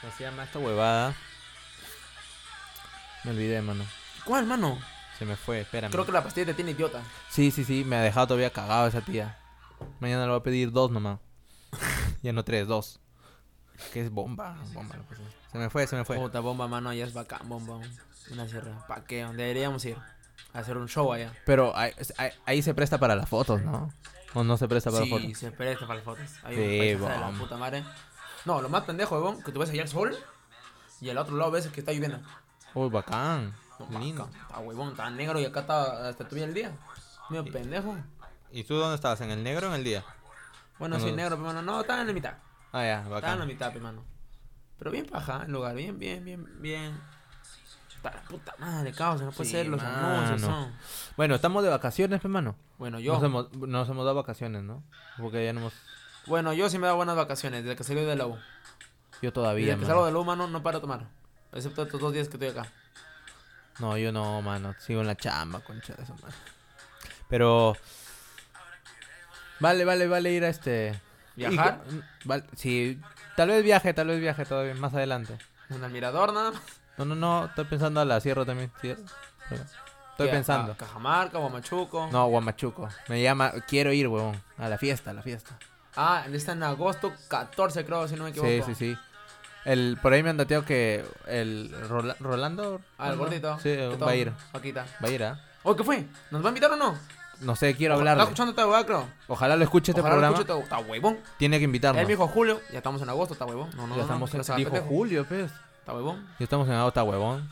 Speaker 1: ¿Cómo se llama esta huevada? Me olvidé, mano.
Speaker 2: ¿Cuál, mano?
Speaker 1: Se me fue, espérame.
Speaker 2: Creo que la pastilla te tiene idiota.
Speaker 1: Sí, sí, sí, me ha dejado todavía cagado esa tía. Mañana le voy a pedir dos
Speaker 2: *laughs*
Speaker 1: nomás. ya no tres, dos. Que es bomba, bomba. Se me fue, se me fue.
Speaker 2: Puta bomba, mano, allá es bacán, bomba. Una sierra. ¿Para qué? Deberíamos ir a hacer un show allá.
Speaker 1: Pero ahí, ahí- ahí se presta para las fotos, ¿no? O no se presta para
Speaker 2: sí,
Speaker 1: las fotos.
Speaker 2: se presta para las fotos. Hay
Speaker 1: Sí,
Speaker 2: un paisaje de la
Speaker 1: bomba.
Speaker 2: puta madre. No, lo más pendejo, weón, que tú ves allá el sol y al otro lado ves que está lloviendo.
Speaker 1: Uy, bacán.
Speaker 2: No,
Speaker 1: Lindo.
Speaker 2: acá Está huevón, está negro y acá está hasta tu el día. Mío, pendejo.
Speaker 1: ¿Y tú dónde estabas? ¿En el negro o en el día?
Speaker 2: Bueno,
Speaker 1: No,
Speaker 2: sí,
Speaker 1: no.
Speaker 2: negro, pero mano, no, está en la mitad.
Speaker 1: Ah, ya,
Speaker 2: Está en la
Speaker 1: bacán.
Speaker 2: mitad, hermano. Pero bien paja, el lugar, bien, bien, bien, bien. Está la puta madre, causa, no puede
Speaker 1: Sí,
Speaker 2: ser los
Speaker 1: mano.
Speaker 2: anuncios. son.
Speaker 1: Bueno, estamos de vacaciones, hermano.
Speaker 2: Bueno, yo,
Speaker 1: Nos hemos, nos hemos dado vacaciones, ¿no? Porque ya no hemos...
Speaker 2: bueno, yo sí me da buenas vacaciones desde que salí de la U.
Speaker 1: Yo
Speaker 2: Y
Speaker 1: todavía,
Speaker 2: desde que salgo
Speaker 1: mano.
Speaker 2: de la U, mano, no paro de tomar. Excepto estos dos días que estoy acá.
Speaker 1: No, yo no, mano. Sigo en la chamba, concha de eso, mano. Pero... Vale, vale, vale ir a este...
Speaker 2: Viajar,
Speaker 1: Y- val- Sí, tal vez viaje, tal vez viaje todavía, más adelante.
Speaker 2: en el mirador nada más.
Speaker 1: No, no, no, estoy pensando a la sierra también. sí, Estoy
Speaker 2: Que a-
Speaker 1: pensando.
Speaker 2: a Cajamarca, Guamachuco.
Speaker 1: No, Guamachuco. Me llama, quiero ir, huevón. A la fiesta, a la fiesta.
Speaker 2: Ah, está en agosto 14, creo, si no me equivoco.
Speaker 1: Sí, sí, sí. El, por ahí me han dateado que el Rola- Rolando.
Speaker 2: Ah, el
Speaker 1: ¿no?
Speaker 2: gordito.
Speaker 1: Sí,
Speaker 2: ¿Qué
Speaker 1: va a
Speaker 2: tal?
Speaker 1: ir.
Speaker 2: Paquita.
Speaker 1: Va a ir, ¿ah?
Speaker 2: Oh, ¿qué fue? ¿Nos va a invitar o no?
Speaker 1: No sé, quiero
Speaker 2: Está
Speaker 1: hablarle.
Speaker 2: escuchando esta huevada, creo.
Speaker 1: Ojalá lo escuche este
Speaker 2: Ojalá lo
Speaker 1: programa.
Speaker 2: escuche, Está está huevón.
Speaker 1: Tiene que invitarnos.
Speaker 2: Él me dijo julio, ya estamos en agosto, está huevón. No, no,
Speaker 1: ya
Speaker 2: no,
Speaker 1: estamos
Speaker 2: no,
Speaker 1: en
Speaker 2: no se haga
Speaker 1: dijo
Speaker 2: pendejo.
Speaker 1: julio, pues.
Speaker 2: Está huevón.
Speaker 1: Ya estamos en Agota, huevón.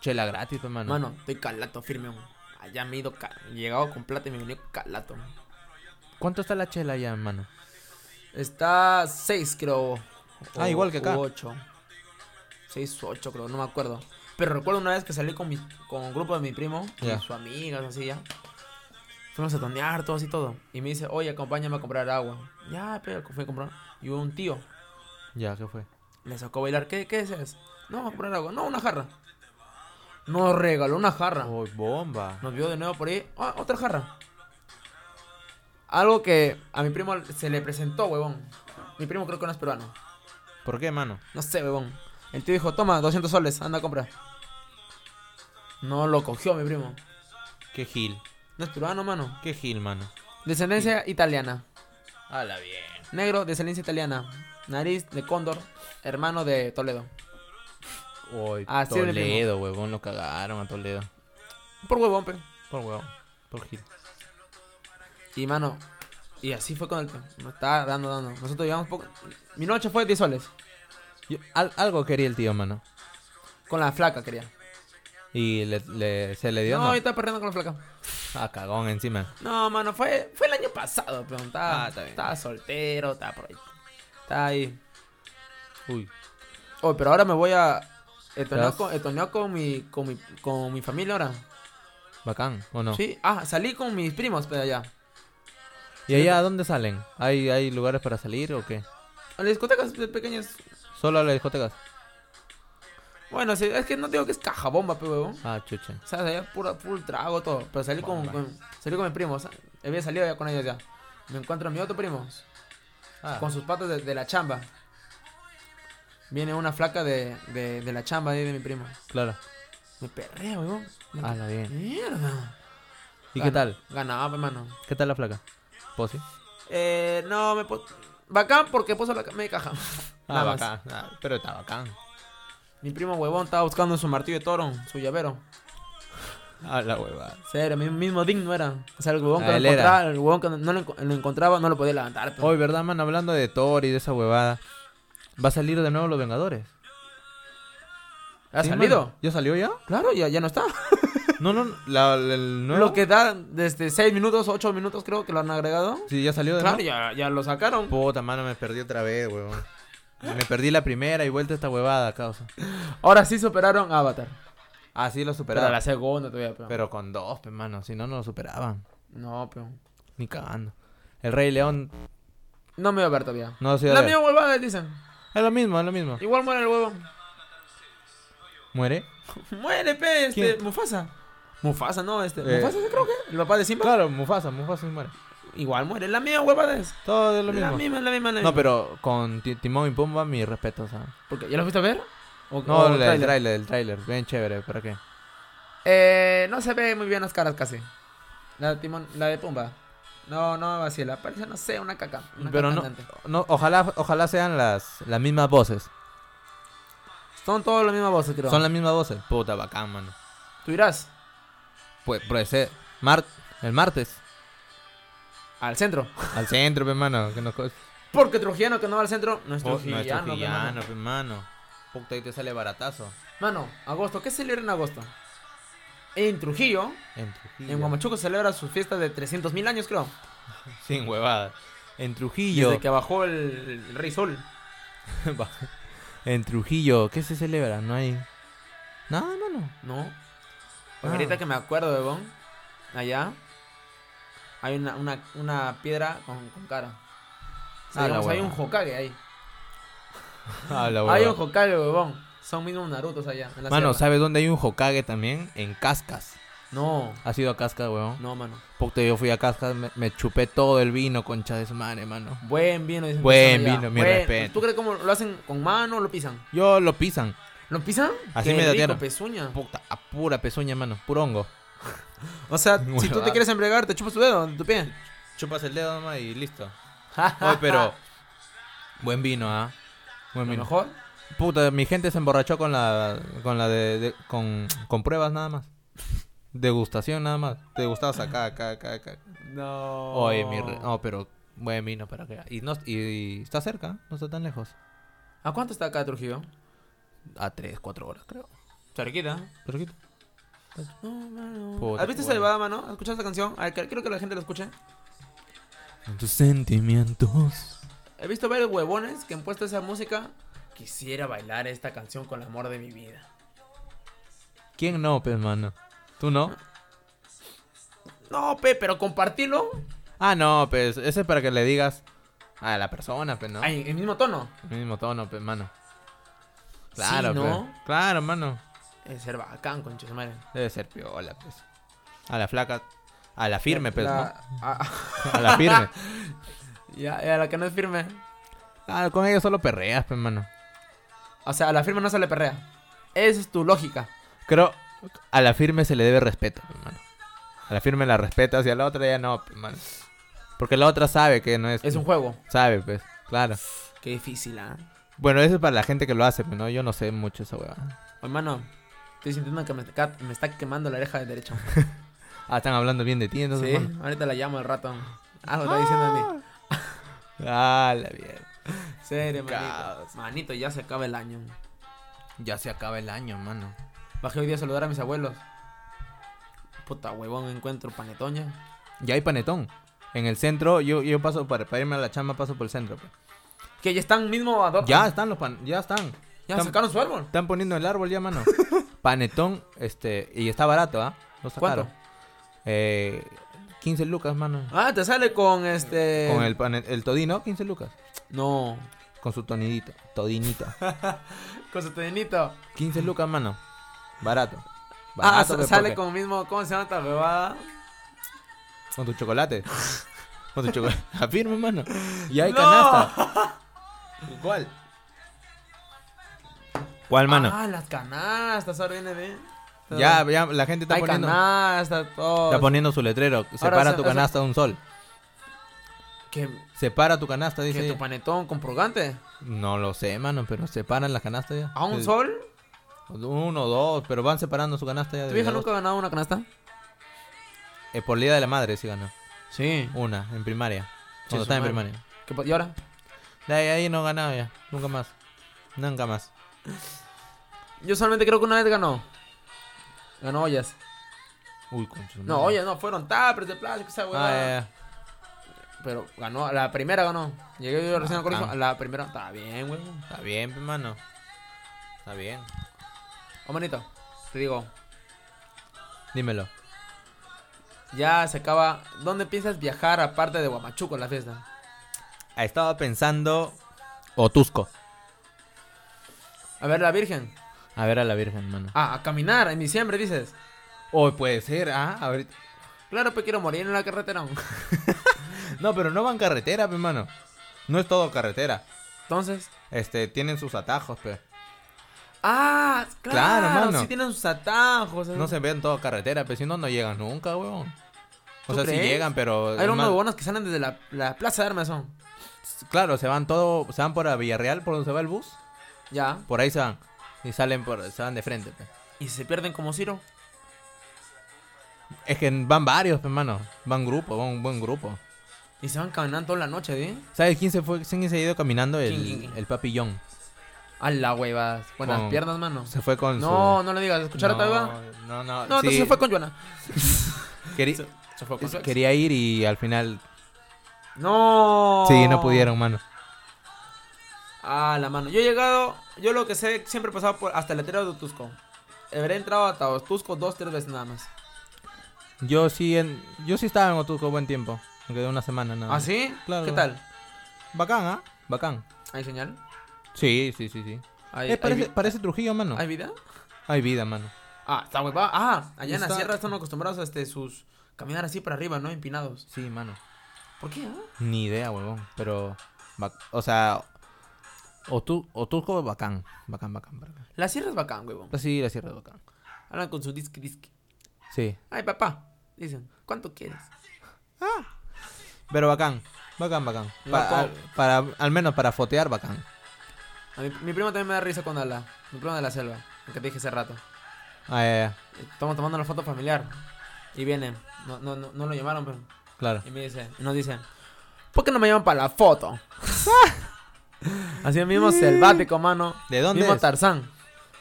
Speaker 1: Chela gratis, pues, hermano.
Speaker 2: Mano, estoy calato firme, man. Allá me he ido, ca- llegado con plata y me he venido calato. man.
Speaker 1: ¿Cuánto está la chela ya, hermano?
Speaker 2: Está 6, creo.
Speaker 1: Ah, igual que acá.
Speaker 2: 8. 6 o 8, creo, no me acuerdo. Pero recuerdo una vez que salí con, mi, con un grupo de mi primo,
Speaker 1: Ya.
Speaker 2: y su amiga, así ya. Fuimos a tonear, todo así, todo. Y me dice, oye, acompáñame a comprar agua. Ya, pero fui a comprar. Y hubo un tío,
Speaker 1: Ya, ¿qué fue?
Speaker 2: Le sacó a bailar. ¿Qué, qué deseas? No, a comprar agua. No, una jarra. Nos regaló una jarra.
Speaker 1: Oh, bomba.
Speaker 2: Nos vio de nuevo por ahí. Ah, otra jarra. Algo que a mi primo se le presentó, huevón. Mi primo creo que no es peruano.
Speaker 1: ¿Por qué, mano?
Speaker 2: No sé, huevón. El tío dijo, toma, 200 soles, anda a comprar. No lo cogió mi primo.
Speaker 1: Qué gil.
Speaker 2: No es peruano, mano.
Speaker 1: Qué gil, mano.
Speaker 2: Descendencia italiana.
Speaker 1: Hala bien.
Speaker 2: Negro, descendencia italiana. Nariz de cóndor. Hermano de Toledo.
Speaker 1: Uy,
Speaker 2: Así de
Speaker 1: Toledo, huevón. Lo cagaron a Toledo.
Speaker 2: Por huevón, pe.
Speaker 1: Por huevón. Por gil.
Speaker 2: Y mano, y así fue con el pan. Nos estaba dando, dando. Nosotros llevamos poco. Mi noche fue 10 soles.
Speaker 1: Yo- al- algo quería el tío, mano.
Speaker 2: Con la flaca quería.
Speaker 1: Y le, le- se le dio,
Speaker 2: No,
Speaker 1: ¿no?
Speaker 2: yo estaba perdiendo con la flaca.
Speaker 1: Ah, cagón encima.
Speaker 2: No, mano, fue, fue el año pasado, pero estaba,
Speaker 1: Ah, está bien.
Speaker 2: estaba soltero, estaba por ahí. Estaba ahí.
Speaker 1: Uy.
Speaker 2: Oh, pero ahora me voy a. El
Speaker 1: Te
Speaker 2: torneo
Speaker 1: vas-
Speaker 2: con, el torneo con, mi, con, mi, con mi familia ahora.
Speaker 1: Bacán, ¿o no?
Speaker 2: Sí, ah, salí con mis primos, pero allá.
Speaker 1: ¿Y allá a dónde salen? ¿Hay, ¿Hay lugares para salir o qué?
Speaker 2: A las discotecas pe- pequeñas.
Speaker 1: Solo a las discotecas.
Speaker 2: Bueno, sí, es que no digo que es caja bomba, pero huevón.
Speaker 1: Ah, chucha.
Speaker 2: O sea, salía pura, full trago, todo. Pero salí con,
Speaker 1: Bomba.
Speaker 2: con- salí con mi primo. o sea, había salido ya con ellos ya. Me encuentro a mi otro primo.
Speaker 1: Ah,
Speaker 2: Con sus patas de, de la chamba. Viene una flaca de, de, de la chamba ahí de mi primo.
Speaker 1: claro.
Speaker 2: Me perreo, weón. Me-
Speaker 1: Ah, la bien.
Speaker 2: Mierda.
Speaker 1: ¿Y qué tal?
Speaker 2: Ganaba, hermano.
Speaker 1: ¿Qué tal la flaca? ¿Posi?
Speaker 2: Eh, no, me puso. Bacán porque puso la ca- media caja. Nada más.
Speaker 1: *laughs* Ah, pero está bacán.
Speaker 2: Mi primo huevón estaba buscando su martillo de toro, su llavero.
Speaker 1: Ah, la hueva.
Speaker 2: Serio, mi mismo digno era. O sea, el huevón que
Speaker 1: Ah,
Speaker 2: lo
Speaker 1: él era.
Speaker 2: encontraba, el huevón que no lo, enco- lo encontraba, no lo podía levantar. pues. pe.
Speaker 1: Hoy, ¿verdad, man? Hablando de Thor y de esa huevada. Va a salir de nuevo Los Vengadores.
Speaker 2: ¿Ha
Speaker 1: Sí,
Speaker 2: salido?
Speaker 1: mano. ¿Ya salió ya?
Speaker 2: Claro, ya, ya no está.
Speaker 1: No, no, la, la- el nuevo.
Speaker 2: *laughs* Lo que da desde 6 minutos, 8 minutos creo que lo han agregado.
Speaker 1: Sí, ya salió de
Speaker 2: Claro,
Speaker 1: nuevo.
Speaker 2: ya, ya lo sacaron.
Speaker 1: Puta, mano, me perdí otra vez, huevón. Me perdí la primera y vuelta esta huevada, causa.
Speaker 2: Ahora sí superaron a Avatar.
Speaker 1: Así lo
Speaker 2: Pero
Speaker 1: superaron.
Speaker 2: la
Speaker 1: Pero,
Speaker 2: segunda todavía, pero.
Speaker 1: con dos, pe, mano. Si no, no lo superaban.
Speaker 2: No, pero.
Speaker 1: Ni cagando. El Rey León
Speaker 2: No me voy a ver todavía.
Speaker 1: no ha sido.
Speaker 2: La
Speaker 1: de-
Speaker 2: misma huevada, dicen.
Speaker 1: Es lo mismo, es lo mismo.
Speaker 2: Igual muere el huevo.
Speaker 1: ¿Muere?
Speaker 2: Muere, pe, este,
Speaker 1: ¿Quién?
Speaker 2: Mufasa. Mufasa, no, este.
Speaker 1: Eh.
Speaker 2: Mufasa, creo que. El papá de Simba.
Speaker 1: Claro, Mufasa, Mufasa sí muere.
Speaker 2: Igual muere. La misma huevada es.
Speaker 1: Todo es lo
Speaker 2: La
Speaker 1: mismo.
Speaker 2: misma, la misma, la misma.
Speaker 1: No, pero con Ti- Timón y Pumba, mi respeto, o sea.
Speaker 2: Porque, ¿Ya lo has visto ver? ¿O-
Speaker 1: No,
Speaker 2: o
Speaker 1: el
Speaker 2: tráiler?
Speaker 1: el tráiler, el tráiler. Bien chévere, ¿para qué?
Speaker 2: Eh, no se ve muy bien las caras casi. La de Timón, la de Pumba. No, no vacila. Parece, no sé, una caca. una
Speaker 1: Pero
Speaker 2: caca
Speaker 1: no,
Speaker 2: andante.
Speaker 1: no ojalá, ojalá sean las, las mismas voces.
Speaker 2: Son todos la misma voz, creo.
Speaker 1: Son las mismas voces. Puta, bacán, mano.
Speaker 2: Tú irás
Speaker 1: Pues, pues eh, mar- el martes.
Speaker 2: al centro.
Speaker 1: Al centro, pe, mano. Que nos co-
Speaker 2: Porque Trujillano que no va al centro no es
Speaker 1: Oh, no
Speaker 2: Trujillano.
Speaker 1: es trujillano,
Speaker 2: pe,
Speaker 1: pe, mano. Puta, ahí te sale baratazo.
Speaker 2: Mano, Mano, agosto. ¿Qué celebra en agosto? En Trujillo,
Speaker 1: En Trujillo.
Speaker 2: en Huamachuco celebra su fiesta de 300.000 años, creo.
Speaker 1: Sin huevada. En Trujillo.
Speaker 2: Desde que bajó el, el Rey Sol.
Speaker 1: en Trujillo. ¿Qué se celebra? No hay... Nada, mano.
Speaker 2: No.
Speaker 1: Ah.
Speaker 2: Ahorita que me acuerdo, bebón. Allá. Hay una, una, una piedra con, con cara. O
Speaker 1: Ah,
Speaker 2: sea,
Speaker 1: la
Speaker 2: digamos, hay
Speaker 1: hueva.
Speaker 2: un Hokage ahí.
Speaker 1: Ah, la
Speaker 2: Hay
Speaker 1: hueva.
Speaker 2: un Hokage, bebón. Son mismos Narutos allá. en la
Speaker 1: Mano,
Speaker 2: selva.
Speaker 1: ¿sabes dónde hay un Hokage también? En Cascas.
Speaker 2: No.
Speaker 1: ¿Has ido a Cascas, huevón?
Speaker 2: No, mano.
Speaker 1: Puta, yo fui a Cascas, me, me chupé todo el vino, concha de su madre, mano.
Speaker 2: Buen vino. dicen que
Speaker 1: Buen
Speaker 2: son allá.
Speaker 1: vino, mi respeto.
Speaker 2: ¿Tú crees cómo lo hacen con mano o lo pisan?
Speaker 1: Yo lo pisan.
Speaker 2: ¿Lo pisan?
Speaker 1: Así
Speaker 2: Qué
Speaker 1: me
Speaker 2: rico,
Speaker 1: datearon.
Speaker 2: pezuña.
Speaker 1: Puta, a pura pezuña, mano. Puro hongo.
Speaker 2: O sea, si tú
Speaker 1: Huevada.
Speaker 2: te quieres embriagar, te chupas tu dedo, tu pie.
Speaker 1: Chupas el dedo nomás y *laughs* listo. Oye, pero. Buen vino, ¿ah?
Speaker 2: Lo
Speaker 1: Buen vino.
Speaker 2: mejor.
Speaker 1: Puta, mi gente se emborrachó con la. Con la de. de- con, con pruebas nada más. Degustación nada más. Te gustabas acá, acá, acá, acá.
Speaker 2: No.
Speaker 1: Oye, mi. re- No, pero. Buen vino para que. Y, no, y, y está cerca, ¿eh? no está tan lejos.
Speaker 2: ¿A cuánto está acá Trujillo?
Speaker 1: A 3, 4 horas, creo.
Speaker 2: Cerquita.
Speaker 1: Cerquita.
Speaker 2: No, mano.
Speaker 1: Puta,
Speaker 2: ¿Has visto esa
Speaker 1: bueno.
Speaker 2: elevada, mano? ¿Has escuchado esa canción? A ver, que- quiero que la gente la escuche.
Speaker 1: Con tus sentimientos.
Speaker 2: He visto varios huevones que han puesto esa música. Quisiera bailar esta canción con el amor de mi vida.
Speaker 1: ¿Quién no, pues, mano? ¿Tú no?
Speaker 2: No, pe, pero compartirlo
Speaker 1: Ah, no, pues, ese es para que le digas a la persona, pues, ¿no?
Speaker 2: ay, en el mismo tono.
Speaker 1: El mismo tono, pues, mano. Claro,
Speaker 2: Sí, ¿no?
Speaker 1: pues. Claro, mano.
Speaker 2: Es ser bacán, concha de su madre.
Speaker 1: Debe ser piola, pues. A la flaca. A la firme, pues,
Speaker 2: La- a-
Speaker 1: ¿no? A la firme.
Speaker 2: *laughs* ya, ya, la que no es firme.
Speaker 1: Claro, con ella solo perreas, pues, mano.
Speaker 2: O sea, a la firme no se le perrea. Esa es tu lógica.
Speaker 1: Creo. A la firme se le debe respeto, pues, mano. A la firme la respetas y a la otra ya no, pues, mano. Porque la otra sabe que no es.
Speaker 2: Es un juego.
Speaker 1: Sabe, pues. Claro.
Speaker 2: Qué difícil, ¿ah?
Speaker 1: Bueno, eso es para la gente que lo hace, pues, ¿no? Yo no sé mucho esa huevada.
Speaker 2: Hermano, estoy sintiendo que me, ca- me está quemando la oreja de derecho.
Speaker 1: Ah, están hablando bien de ti, entonces.
Speaker 2: Sí,
Speaker 1: mano.
Speaker 2: ahorita la llamo al rato. Algo está diciendo a mí.
Speaker 1: Ah, la bien.
Speaker 2: Serio, manito.
Speaker 1: Caos.
Speaker 2: Manito, ya se acaba el año.
Speaker 1: Ya se acaba el año, mano.
Speaker 2: Bajé hoy día a saludar a mis abuelos. Puta huevón, encuentro panetoña.
Speaker 1: Ya hay panetón. En el centro, yo, yo paso para, para irme a la chamba, paso por el centro. pues.
Speaker 2: Que ya están mismo a
Speaker 1: Ya están los pan, ya están.
Speaker 2: ya
Speaker 1: están-
Speaker 2: sacaron su árbol.
Speaker 1: Están poniendo el árbol ya, mano. *laughs* Panetón, este, y está barato, ¿ah? Lo sacaron.
Speaker 2: ¿Cuánto?
Speaker 1: Eh, 15 lucas, mano.
Speaker 2: Ah, te sale con este.
Speaker 1: Con el, pane- el todino, 15 lucas.
Speaker 2: No.
Speaker 1: Con su tonidito, todinito.
Speaker 2: Con su tenito.
Speaker 1: 15 lucas, mano. Barato.
Speaker 2: Ah,
Speaker 1: Barato,
Speaker 2: sa-
Speaker 1: pe,
Speaker 2: sale
Speaker 1: pues, porque-
Speaker 2: con mismo. ¿Cómo se llama esta huevada?
Speaker 1: Con tu
Speaker 2: *laughs*
Speaker 1: chocolate. Con tu chocolate. Afirma, mano. Y hay
Speaker 2: ¡No!
Speaker 1: canasta.
Speaker 2: *laughs*
Speaker 1: ¿Cuál? ¿Cuál, mano?
Speaker 2: Ah, las canastas. Ahora viene bien.
Speaker 1: ya, ya, la gente está
Speaker 2: Hay
Speaker 1: poniendo,
Speaker 2: canastas, todo.
Speaker 1: está poniendo su letrero. Separa
Speaker 2: se-
Speaker 1: tu
Speaker 2: o sea-
Speaker 1: canasta de un sol.
Speaker 2: Que,
Speaker 1: Separa tu canasta,
Speaker 2: que
Speaker 1: dice.
Speaker 2: tu
Speaker 1: ella.
Speaker 2: panetón con purgante.
Speaker 1: No lo sé, mano, pero separan las canastas ya.
Speaker 2: ¿A un
Speaker 1: Eh,
Speaker 2: sol?
Speaker 1: Uno, dos, pero van separando su canasta ya.
Speaker 2: ¿Tu
Speaker 1: de
Speaker 2: vieja
Speaker 1: a dos.
Speaker 2: nunca ha ganado una canasta?
Speaker 1: Eh, por Día de la Madre sí ganó.
Speaker 2: Sí.
Speaker 1: Una, en primaria.
Speaker 2: Sí,
Speaker 1: Cuando
Speaker 2: su
Speaker 1: estaba en
Speaker 2: madre.
Speaker 1: primaria.
Speaker 2: ¿Qué pa- ¿Y ahora?
Speaker 1: De ahí, ahí no ganaba ya. Nunca más. Nunca más.
Speaker 2: Yo solamente creo que una vez ganó. Ganó ollas.
Speaker 1: Uy, con su
Speaker 2: No,
Speaker 1: madre.
Speaker 2: ollas no, fueron tapers de plástico, esa
Speaker 1: Ah,
Speaker 2: huevada.
Speaker 1: ya, ya.
Speaker 2: Pero ganó, la primera ganó. Llegué yo recién al colegio,
Speaker 1: Ah.
Speaker 2: la primera. Está bien, güey.
Speaker 1: Está bien, hermano. Está bien.
Speaker 2: Oh, manito, te digo,
Speaker 1: Dímelo.
Speaker 2: ya se acaba. ¿Dónde piensas viajar aparte de Guamachuco en la fiesta?
Speaker 1: Ah, Estaba pensando. Otusco.
Speaker 2: A ver, la Virgen.
Speaker 1: A ver a la Virgen, hermano.
Speaker 2: Ah, a caminar en diciembre, dices.
Speaker 1: Hoy puede ser, ah, ahorita.
Speaker 2: Claro, pues quiero morir en la carretera.
Speaker 1: No, pero no van carretera, pe, hermano. No es todo carretera.
Speaker 2: Entonces.
Speaker 1: Este, tienen sus atajos, pe.
Speaker 2: Ah, claro,
Speaker 1: Claro, mano.
Speaker 2: Sí tienen sus atajos. ¿eh?
Speaker 1: No se ven todo carretera, pero si no, no llegan nunca, weón. O
Speaker 2: ¿Tú
Speaker 1: sea,
Speaker 2: crees?
Speaker 1: sí llegan, pero.
Speaker 2: Hay
Speaker 1: es
Speaker 2: unos
Speaker 1: más-
Speaker 2: huevones que salen desde la, la plaza de armas, son.
Speaker 1: Claro, se van todo. Se van por a Villarreal, por donde se va el bus.
Speaker 2: Ya.
Speaker 1: Por ahí se van. Y salen por. Se van de frente, pe.
Speaker 2: Y se pierden como Ciro.
Speaker 1: Es que van varios, pe, hermano. Van grupo, van un buen grupo.
Speaker 2: Y se van caminando toda la noche, ¿eh?
Speaker 1: ¿Sabes quién se fue? ¿Quién se ha ido caminando?
Speaker 2: ¿Quién, quién,
Speaker 1: El,
Speaker 2: quién?
Speaker 1: el papillón.
Speaker 2: A la huevada. Buenas
Speaker 1: Con-
Speaker 2: piernas, mano.
Speaker 1: Se fue con su.
Speaker 2: No, no le digas. ¿Escucharon
Speaker 1: no,
Speaker 2: otra vez?
Speaker 1: No, no,
Speaker 2: No, entonces
Speaker 1: sí.
Speaker 2: se fue con Joana.
Speaker 1: Querí-
Speaker 2: Se fue con su ex.
Speaker 1: Quería ir y al final.
Speaker 2: No.
Speaker 1: Sí, no pudieron, mano.
Speaker 2: Ah, la mano. Yo he llegado, yo lo que sé, siempre he pasado por, hasta el letrero de Tusco. Habré entrado hasta Tusco dos, tres veces nada más.
Speaker 1: Yo sí, en... yo sí estaba en Otusco buen tiempo. Me quedé una semana nada.
Speaker 2: ¿Ah,
Speaker 1: más.
Speaker 2: sí?
Speaker 1: Claro.
Speaker 2: ¿Qué tal?
Speaker 1: Bacán, ¿ah? Bacán.
Speaker 2: ¿Hay señal?
Speaker 1: Sí, sí, sí, sí.
Speaker 2: ¿Hay,
Speaker 1: Eh,
Speaker 2: hay
Speaker 1: parece,
Speaker 2: vi-
Speaker 1: parece Trujillo, mano.
Speaker 2: hay vida?
Speaker 1: Hay vida, mano.
Speaker 2: Ah, está huevada. Ah, allá en la
Speaker 1: Está-
Speaker 2: sierra están acostumbrados a este, sus caminar así para arriba, ¿no? Empinados.
Speaker 1: Sí, mano.
Speaker 2: ¿Por qué? ah?
Speaker 1: Ni idea, huevón. Pero, bac- o sea, Otu- Otusco, bacán. Bacán, bacán, bacán.
Speaker 2: La sierra es bacán, huevón.
Speaker 1: Sí, la sierra es bacán.
Speaker 2: Hablan con su disque, disque.
Speaker 1: Sí.
Speaker 2: Ay, papá. Dicen, ¿cuánto quieres?
Speaker 1: Pero bacán. Bacán, bacán. Pa-
Speaker 2: Loco.
Speaker 1: al, para, al menos para fotear, bacán.
Speaker 2: A mi, mi primo también me da risa cuando habla. Mi primo de la selva, el que te dije hace rato.
Speaker 1: Ah, ya, ya.
Speaker 2: Estamos tomando una foto familiar. Y viene. No, no, no, no lo llamaron, pero.
Speaker 1: Claro.
Speaker 2: Y me dice, y nos dice, ¿por qué no me llaman para la foto? *laughs* Así mismo selvático, mano.
Speaker 1: ¿De dónde
Speaker 2: Mismo
Speaker 1: es?
Speaker 2: Tarzán.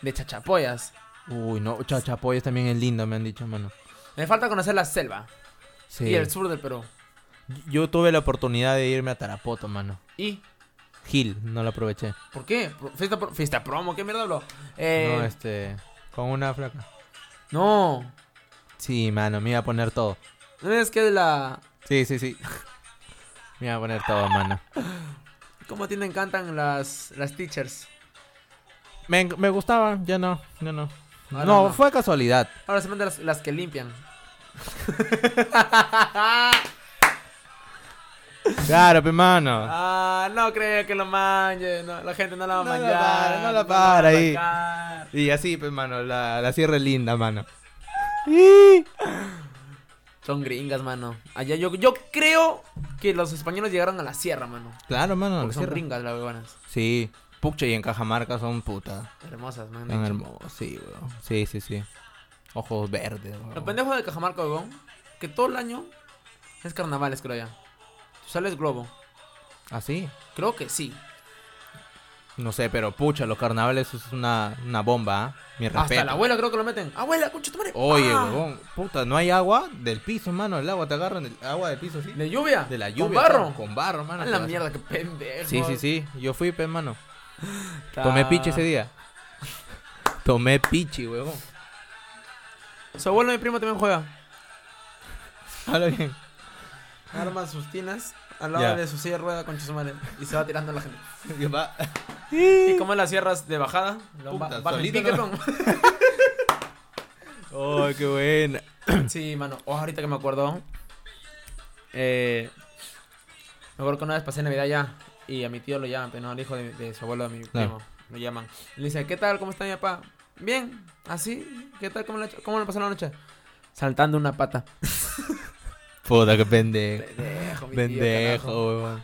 Speaker 2: De chachapoyas.
Speaker 1: Uy, no. Chachapoyas también es lindo, me han dicho, mano.
Speaker 2: Me falta conocer la selva
Speaker 1: Sí.
Speaker 2: y el sur del Perú.
Speaker 1: Yo tuve la oportunidad de irme a Tarapoto, mano.
Speaker 2: ¿Y
Speaker 1: Gil, no lo aproveché.
Speaker 2: por qué? Pro- Fiesta, pro- fiesta promo, ¿qué mierda habló? Eh,
Speaker 1: No, este. Con una flaca.
Speaker 2: no,
Speaker 1: Sí, mano, me iba a poner todo.
Speaker 2: no es que la...
Speaker 1: Sí, sí, sí. *laughs* Me iba a poner todo, mano.
Speaker 2: ¿Cómo a ti te encantan las, las teachers?
Speaker 1: Me, me gustaba, ya no, ya no.
Speaker 2: Ahora
Speaker 1: no,
Speaker 2: no.
Speaker 1: fue casualidad.
Speaker 2: Ahora se mandan las, las que limpian.
Speaker 1: Claro, pe, mano.
Speaker 2: Ah, no creo que lo manje. no, la gente no la va a
Speaker 1: No la
Speaker 2: manjar.
Speaker 1: para, no la
Speaker 2: va a
Speaker 1: para ahí.
Speaker 2: manjar.
Speaker 1: Y así, pues, mano, la, la sierra es linda, mano. Y-
Speaker 2: Son gringas, mano. Allá yo, yo creo que los españoles llegaron a la sierra, mano.
Speaker 1: Claro, mano,
Speaker 2: Porque
Speaker 1: Ah, la
Speaker 2: son
Speaker 1: sierra.
Speaker 2: gringas las huevonas.
Speaker 1: Sí, Puche y en Cajamarca son putas.
Speaker 2: Hermosas, man.
Speaker 1: Tan hermosos, sí, weón. Sí, sí, sí. Ojos verdes, weón.
Speaker 2: Lo pendejo de Cajamarca, huevón, que todo el año es carnavales, creo ya. Tú sales globo.
Speaker 1: ¿Así?
Speaker 2: Creo que sí.
Speaker 1: Ah, No sé, pero pucha, los carnavales es una, una bomba, ¿ah? Mi respeto.
Speaker 2: Hasta la abuela creo que lo meten. Abuela, concha tu madre.
Speaker 1: Oye,
Speaker 2: ¡Ah!
Speaker 1: huevón, puta, no hay agua del piso, mano. El agua te agarran del agua del piso, sí.
Speaker 2: De lluvia.
Speaker 1: De la lluvia.
Speaker 2: Con barro.
Speaker 1: claro, Con barro, mano.
Speaker 2: A
Speaker 1: te
Speaker 2: la
Speaker 1: vas-
Speaker 2: mierda, qué pendejo.
Speaker 1: Sí, sí, sí. Yo fui, pe, mano.
Speaker 2: Ta-
Speaker 1: Tomé pichi ese día. Tomé pichi, huevón.
Speaker 2: Su abuelo, mi primo, también juega.
Speaker 1: Habla bien.
Speaker 2: Arma sus tinas. al lado
Speaker 1: Ya.
Speaker 2: de su silla de rueda con su madre y se va tirando a la gente.
Speaker 1: Y va-
Speaker 2: ¿Y cómo las cierras de bajada? Lo
Speaker 1: Puta,
Speaker 2: ba- baja el
Speaker 1: solito,
Speaker 2: pique,
Speaker 1: ¿no? *clears throat* Oh, qué buena.
Speaker 2: pum. Sí, mano. Oh, ahorita que me acuerdo. Eh, me acuerdo que una vez pasé Navidad ya y a mi tío lo llaman, pero no, al hijo de, de su abuelo, de mi primo, lo llaman. Y le dice, ¿qué tal? ¿Cómo está mi papá? Bien, así. ¿Qué tal? ¿Cómo le, cómo le pasó la noche? Saltando una pata.
Speaker 1: Puta, qué pendejo.
Speaker 2: Pendejo, *laughs* mi tío. carajo.
Speaker 1: Pendejo, weón.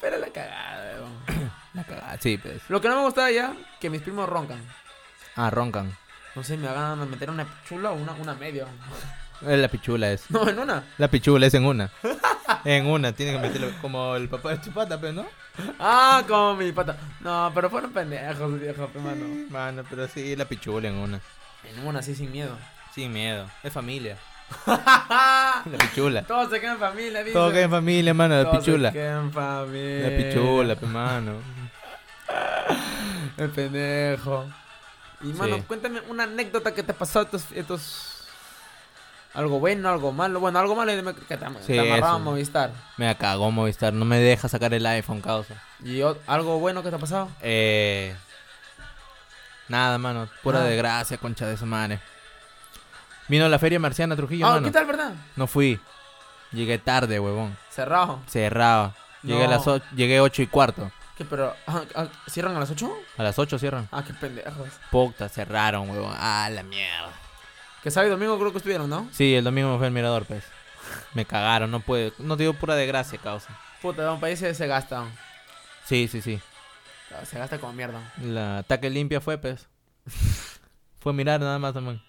Speaker 2: Pero la cagada, weón.
Speaker 1: La cagada. Sí, pues.
Speaker 2: Lo que no me gustaba ya, que mis primos roncan.
Speaker 1: Ah, roncan.
Speaker 2: No sé, me hagan meter una chula o una, una media. *laughs*
Speaker 1: Es la pichula es.
Speaker 2: No, en una.
Speaker 1: La pichula es en
Speaker 2: *laughs*
Speaker 1: una. En una, tiene que meterlo como el papá de tu pata, pero no.
Speaker 2: Ah, como mi pata. No, pero fueron pendejos, viejo, hermano.
Speaker 1: Mano, pero sí, la pichula en una.
Speaker 2: En una, así sin miedo. *laughs*
Speaker 1: Sin miedo. Es familia. La pichula.
Speaker 2: Todos se quedan en familia,
Speaker 1: *laughs*
Speaker 2: dice.
Speaker 1: Todo queda en familia, mano, la
Speaker 2: Todos se
Speaker 1: pichula.
Speaker 2: quedan en familia.
Speaker 1: La pichula, pe, *laughs* mano.
Speaker 2: El pendejo. Y, mano,
Speaker 1: Sí.
Speaker 2: cuéntame una anécdota que te pasó estos... estos... Algo bueno, algo malo. Bueno, algo malo y me- que te, am-
Speaker 1: Sí,
Speaker 2: te amarraba a
Speaker 1: eso.
Speaker 2: Movistar.
Speaker 1: Me cagó Movistar, no me deja sacar el iPhone, causa.
Speaker 2: ¿Y o- algo bueno que te ha pasado?
Speaker 1: Eh. Nada, mano. Pura
Speaker 2: Ah.
Speaker 1: desgracia, concha de su madre. Vino la feria marciana a Trujillo,
Speaker 2: Ah,
Speaker 1: mano.
Speaker 2: ¿qué tal, verdad?
Speaker 1: No fui. Llegué tarde, huevón.
Speaker 2: Cerrado.
Speaker 1: Cerraba. Llegué a
Speaker 2: No.
Speaker 1: las ocho, llegué ocho y cuarto.
Speaker 2: ¿Qué, pero? ah, ah, ¿Cierran a las 8?
Speaker 1: A las 8 cierran.
Speaker 2: Ah, qué pendejos.
Speaker 1: Puta, cerraron, huevón. Ah, la mierda.
Speaker 2: Que sábado y domingo creo que estuvieron, ¿no?
Speaker 1: Sí, el domingo me fue al mirador, pues. *laughs* Me cagaron, no puede. No te digo pura desgracia, causa.
Speaker 2: Puta, de un país se, se gasta.
Speaker 1: Sí, sí, sí.
Speaker 2: Se gasta como mierda.
Speaker 1: La ataque limpia fue, *laughs* pues. fue mirar nada más, también.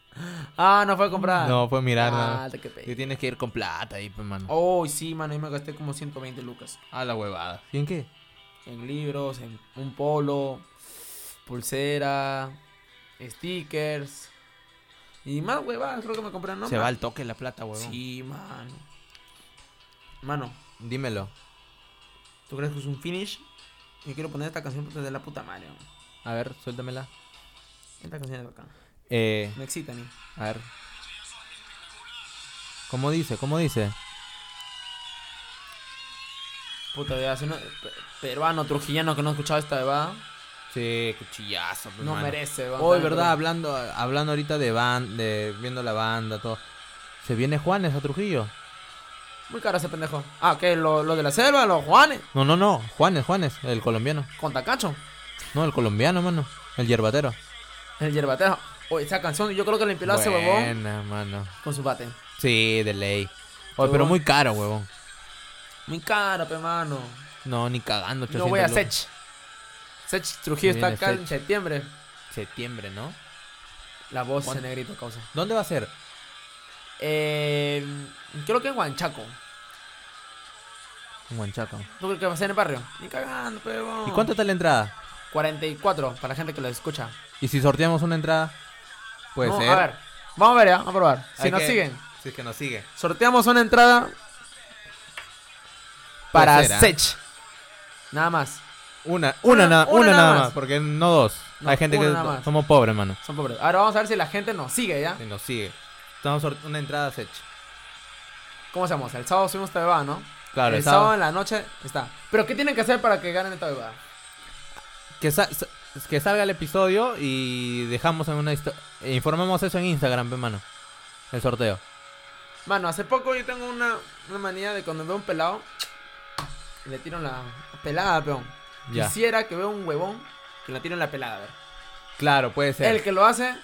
Speaker 2: Ah, no fue a comprar.
Speaker 1: No, fue mirar nada
Speaker 2: Ah,
Speaker 1: más.
Speaker 2: te que pe-
Speaker 1: Y tienes que ir con plata ahí, pues, mano.
Speaker 2: Oh, sí, mano, yo me gasté como 120 lucas.
Speaker 1: A la huevada. ¿Y en qué?
Speaker 2: En libros, en un polo, pulsera, stickers. Y más huevadas, creo que me compraron, ¿no?
Speaker 1: Se
Speaker 2: man?
Speaker 1: va al toque la plata, huevón.
Speaker 2: Sí, mano. Mano,
Speaker 1: Dímelo.
Speaker 2: ¿tú crees que es un finish? Yo quiero poner esta canción porque es de la puta madre. man.
Speaker 1: A ver, suéltamela.
Speaker 2: Esta canción es bacán.
Speaker 1: Eh,
Speaker 2: Me excita a mí.
Speaker 1: a ver. ¿Cómo dice? ¿Cómo dice?
Speaker 2: Puta, ya, si no- pe- peruano, trujillano que no ha escuchado esta bebada,
Speaker 1: Sí, cuchillazo,
Speaker 2: no merece, bebada.
Speaker 1: Hoy, ¿verdad? Hablando, hablando ahorita de band, de viendo la banda, todo. ¿Se viene Juanes a Trujillo?
Speaker 2: Muy caro ese pendejo. Ah, ¿qué? ¿Lo, lo de la selva? ¿Los Juanes?
Speaker 1: No, no, no. Juanes, Juanes, el colombiano.
Speaker 2: ¿Con Tacacho?
Speaker 1: No, el colombiano, mano. El yerbatero.
Speaker 2: El yerbatero. Oye, esa canción yo creo que la empiló ese huevón
Speaker 1: Buena, mano.
Speaker 2: con su bate.
Speaker 1: Sí, de ley. Oye, pero muy caro, huevón.
Speaker 2: Muy caro, pe mano.
Speaker 1: No, ni cagando.
Speaker 2: Yo voy a
Speaker 1: 800 lucas.
Speaker 2: Sech. Sech Trujillo está
Speaker 1: Viene
Speaker 2: acá en
Speaker 1: Sech.
Speaker 2: septiembre.
Speaker 1: Septiembre, ¿no?
Speaker 2: La voz de
Speaker 1: ¿Cuándo?
Speaker 2: negrito causa.
Speaker 1: ¿Dónde va a ser?
Speaker 2: Eh, creo que en Huanchaco.
Speaker 1: En Huanchaco.
Speaker 2: ¿Tú crees que va a ser en el barrio? Ni cagando, pe huevón.
Speaker 1: ¿Y cuánto está la entrada?
Speaker 2: 44 para la gente que lo escucha.
Speaker 1: ¿Y si sorteamos una entrada? Puede
Speaker 2: No,
Speaker 1: ser.
Speaker 2: A ver, vamos a ver, ya, vamos a probar. Si
Speaker 1: Hay
Speaker 2: nos
Speaker 1: que-
Speaker 2: siguen,
Speaker 1: Si es que nos sigue.
Speaker 2: sorteamos una entrada para
Speaker 1: ser, ¿ah?
Speaker 2: Sech. Nada más.
Speaker 1: Una,
Speaker 2: Una-
Speaker 1: una, na-
Speaker 2: una
Speaker 1: una,
Speaker 2: nada
Speaker 1: nada
Speaker 2: más.
Speaker 1: más. porque no dos.
Speaker 2: No,
Speaker 1: Hay gente que
Speaker 2: una nada más.
Speaker 1: somos pobres, mano.
Speaker 2: Son pobres. Ahora vamos a ver si la gente nos sigue ya.
Speaker 1: Y nos sigue. Estamos sorte- una entrada sech.
Speaker 2: ¿Cómo hacemos? El sábado subimos esta bebada, ¿no?
Speaker 1: Claro,
Speaker 2: el sábado en la noche está. Pero ¿qué tienen que hacer para que ganen esta bebada?
Speaker 1: Que, sa- sa- que salga el episodio y dejamos en una histo- e informamos eso en Instagram, pe, mano. El sorteo.
Speaker 2: Mano, hace poco yo tengo una, una manía de cuando veo un pelado, le tiro la pelada, peón.
Speaker 1: Ya.
Speaker 2: Quisiera que vea un huevón que le tiro la pelada, a ver.
Speaker 1: Claro, puede ser.
Speaker 2: El que lo hace,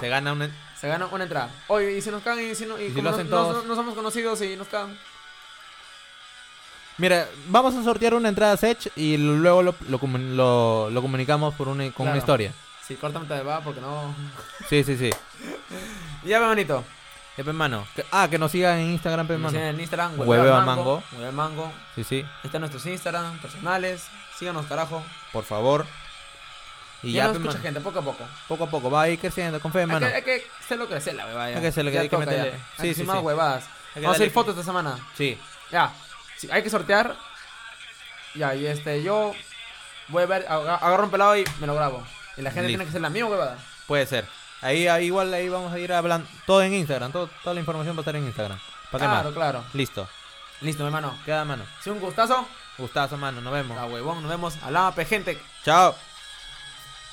Speaker 1: Se gana una.
Speaker 2: Se gana una entrada. Oye, y si nos cagan y si no. Y,
Speaker 1: si
Speaker 2: como
Speaker 1: lo
Speaker 2: no-
Speaker 1: hacen
Speaker 2: no,
Speaker 1: todos?
Speaker 2: no somos conocidos y nos cagan.
Speaker 1: Mira, vamos a sortear una entrada sech y luego lo, lo, comu- lo- lo comunicamos por una, con
Speaker 2: Claro.
Speaker 1: una historia.
Speaker 2: Sí, córtame de va porque no.
Speaker 1: Sí, sí, sí.
Speaker 2: *laughs* Ya ve bonito. Eh,
Speaker 1: Ya, pe, mano. Que- ah, que nos sigan en Instagram, pe,
Speaker 2: Nos
Speaker 1: mano.
Speaker 2: siguen en Instagram,
Speaker 1: Hueveo
Speaker 2: hueveo
Speaker 1: a
Speaker 2: al mango.
Speaker 1: mango.
Speaker 2: Hueveo al mango.
Speaker 1: Sí, sí.
Speaker 2: Están nuestros Instagram personales. Síganos, carajo.
Speaker 1: Por favor. Y
Speaker 2: ya
Speaker 1: ya,
Speaker 2: nos
Speaker 1: pe,
Speaker 2: escucha
Speaker 1: mano.
Speaker 2: gente, poco a poco.
Speaker 1: poco a poco. Va a ir creciendo, con fe,
Speaker 2: Hay que,
Speaker 1: mano.
Speaker 2: hay que hacerlo crecer la huevada. ya.
Speaker 1: Hay que hacerlo
Speaker 2: Ya
Speaker 1: crecer, hay que
Speaker 2: toca ya.
Speaker 1: meterle.
Speaker 2: Hay que
Speaker 1: Sí, sí,
Speaker 2: sumar
Speaker 1: sí.
Speaker 2: huevadas.
Speaker 1: que
Speaker 2: Vamos a hacer
Speaker 1: darle-
Speaker 2: fotos esta semana.
Speaker 1: Sí.
Speaker 2: Ya. Sí, hay que sortear. Ya, y este, yo voy a ver, aga- agarro un pelado y me lo grabo. Y la gente
Speaker 1: Listo.
Speaker 2: tiene que ser la misma huevada.
Speaker 1: Puede ser. Ahí, ahí igual ahí vamos a ir hablando. Todo en Instagram, todo- toda la información va a estar en Instagram. ¿Para qué
Speaker 2: Claro,
Speaker 1: más?
Speaker 2: claro.
Speaker 1: Listo.
Speaker 2: Listo, mi hermano.
Speaker 1: Queda, mano.
Speaker 2: Si un gustazo,
Speaker 1: Gustazo, mano. Nos vemos.
Speaker 2: a huevón, nos vemos. Alaba, pe, gente.
Speaker 1: Chao.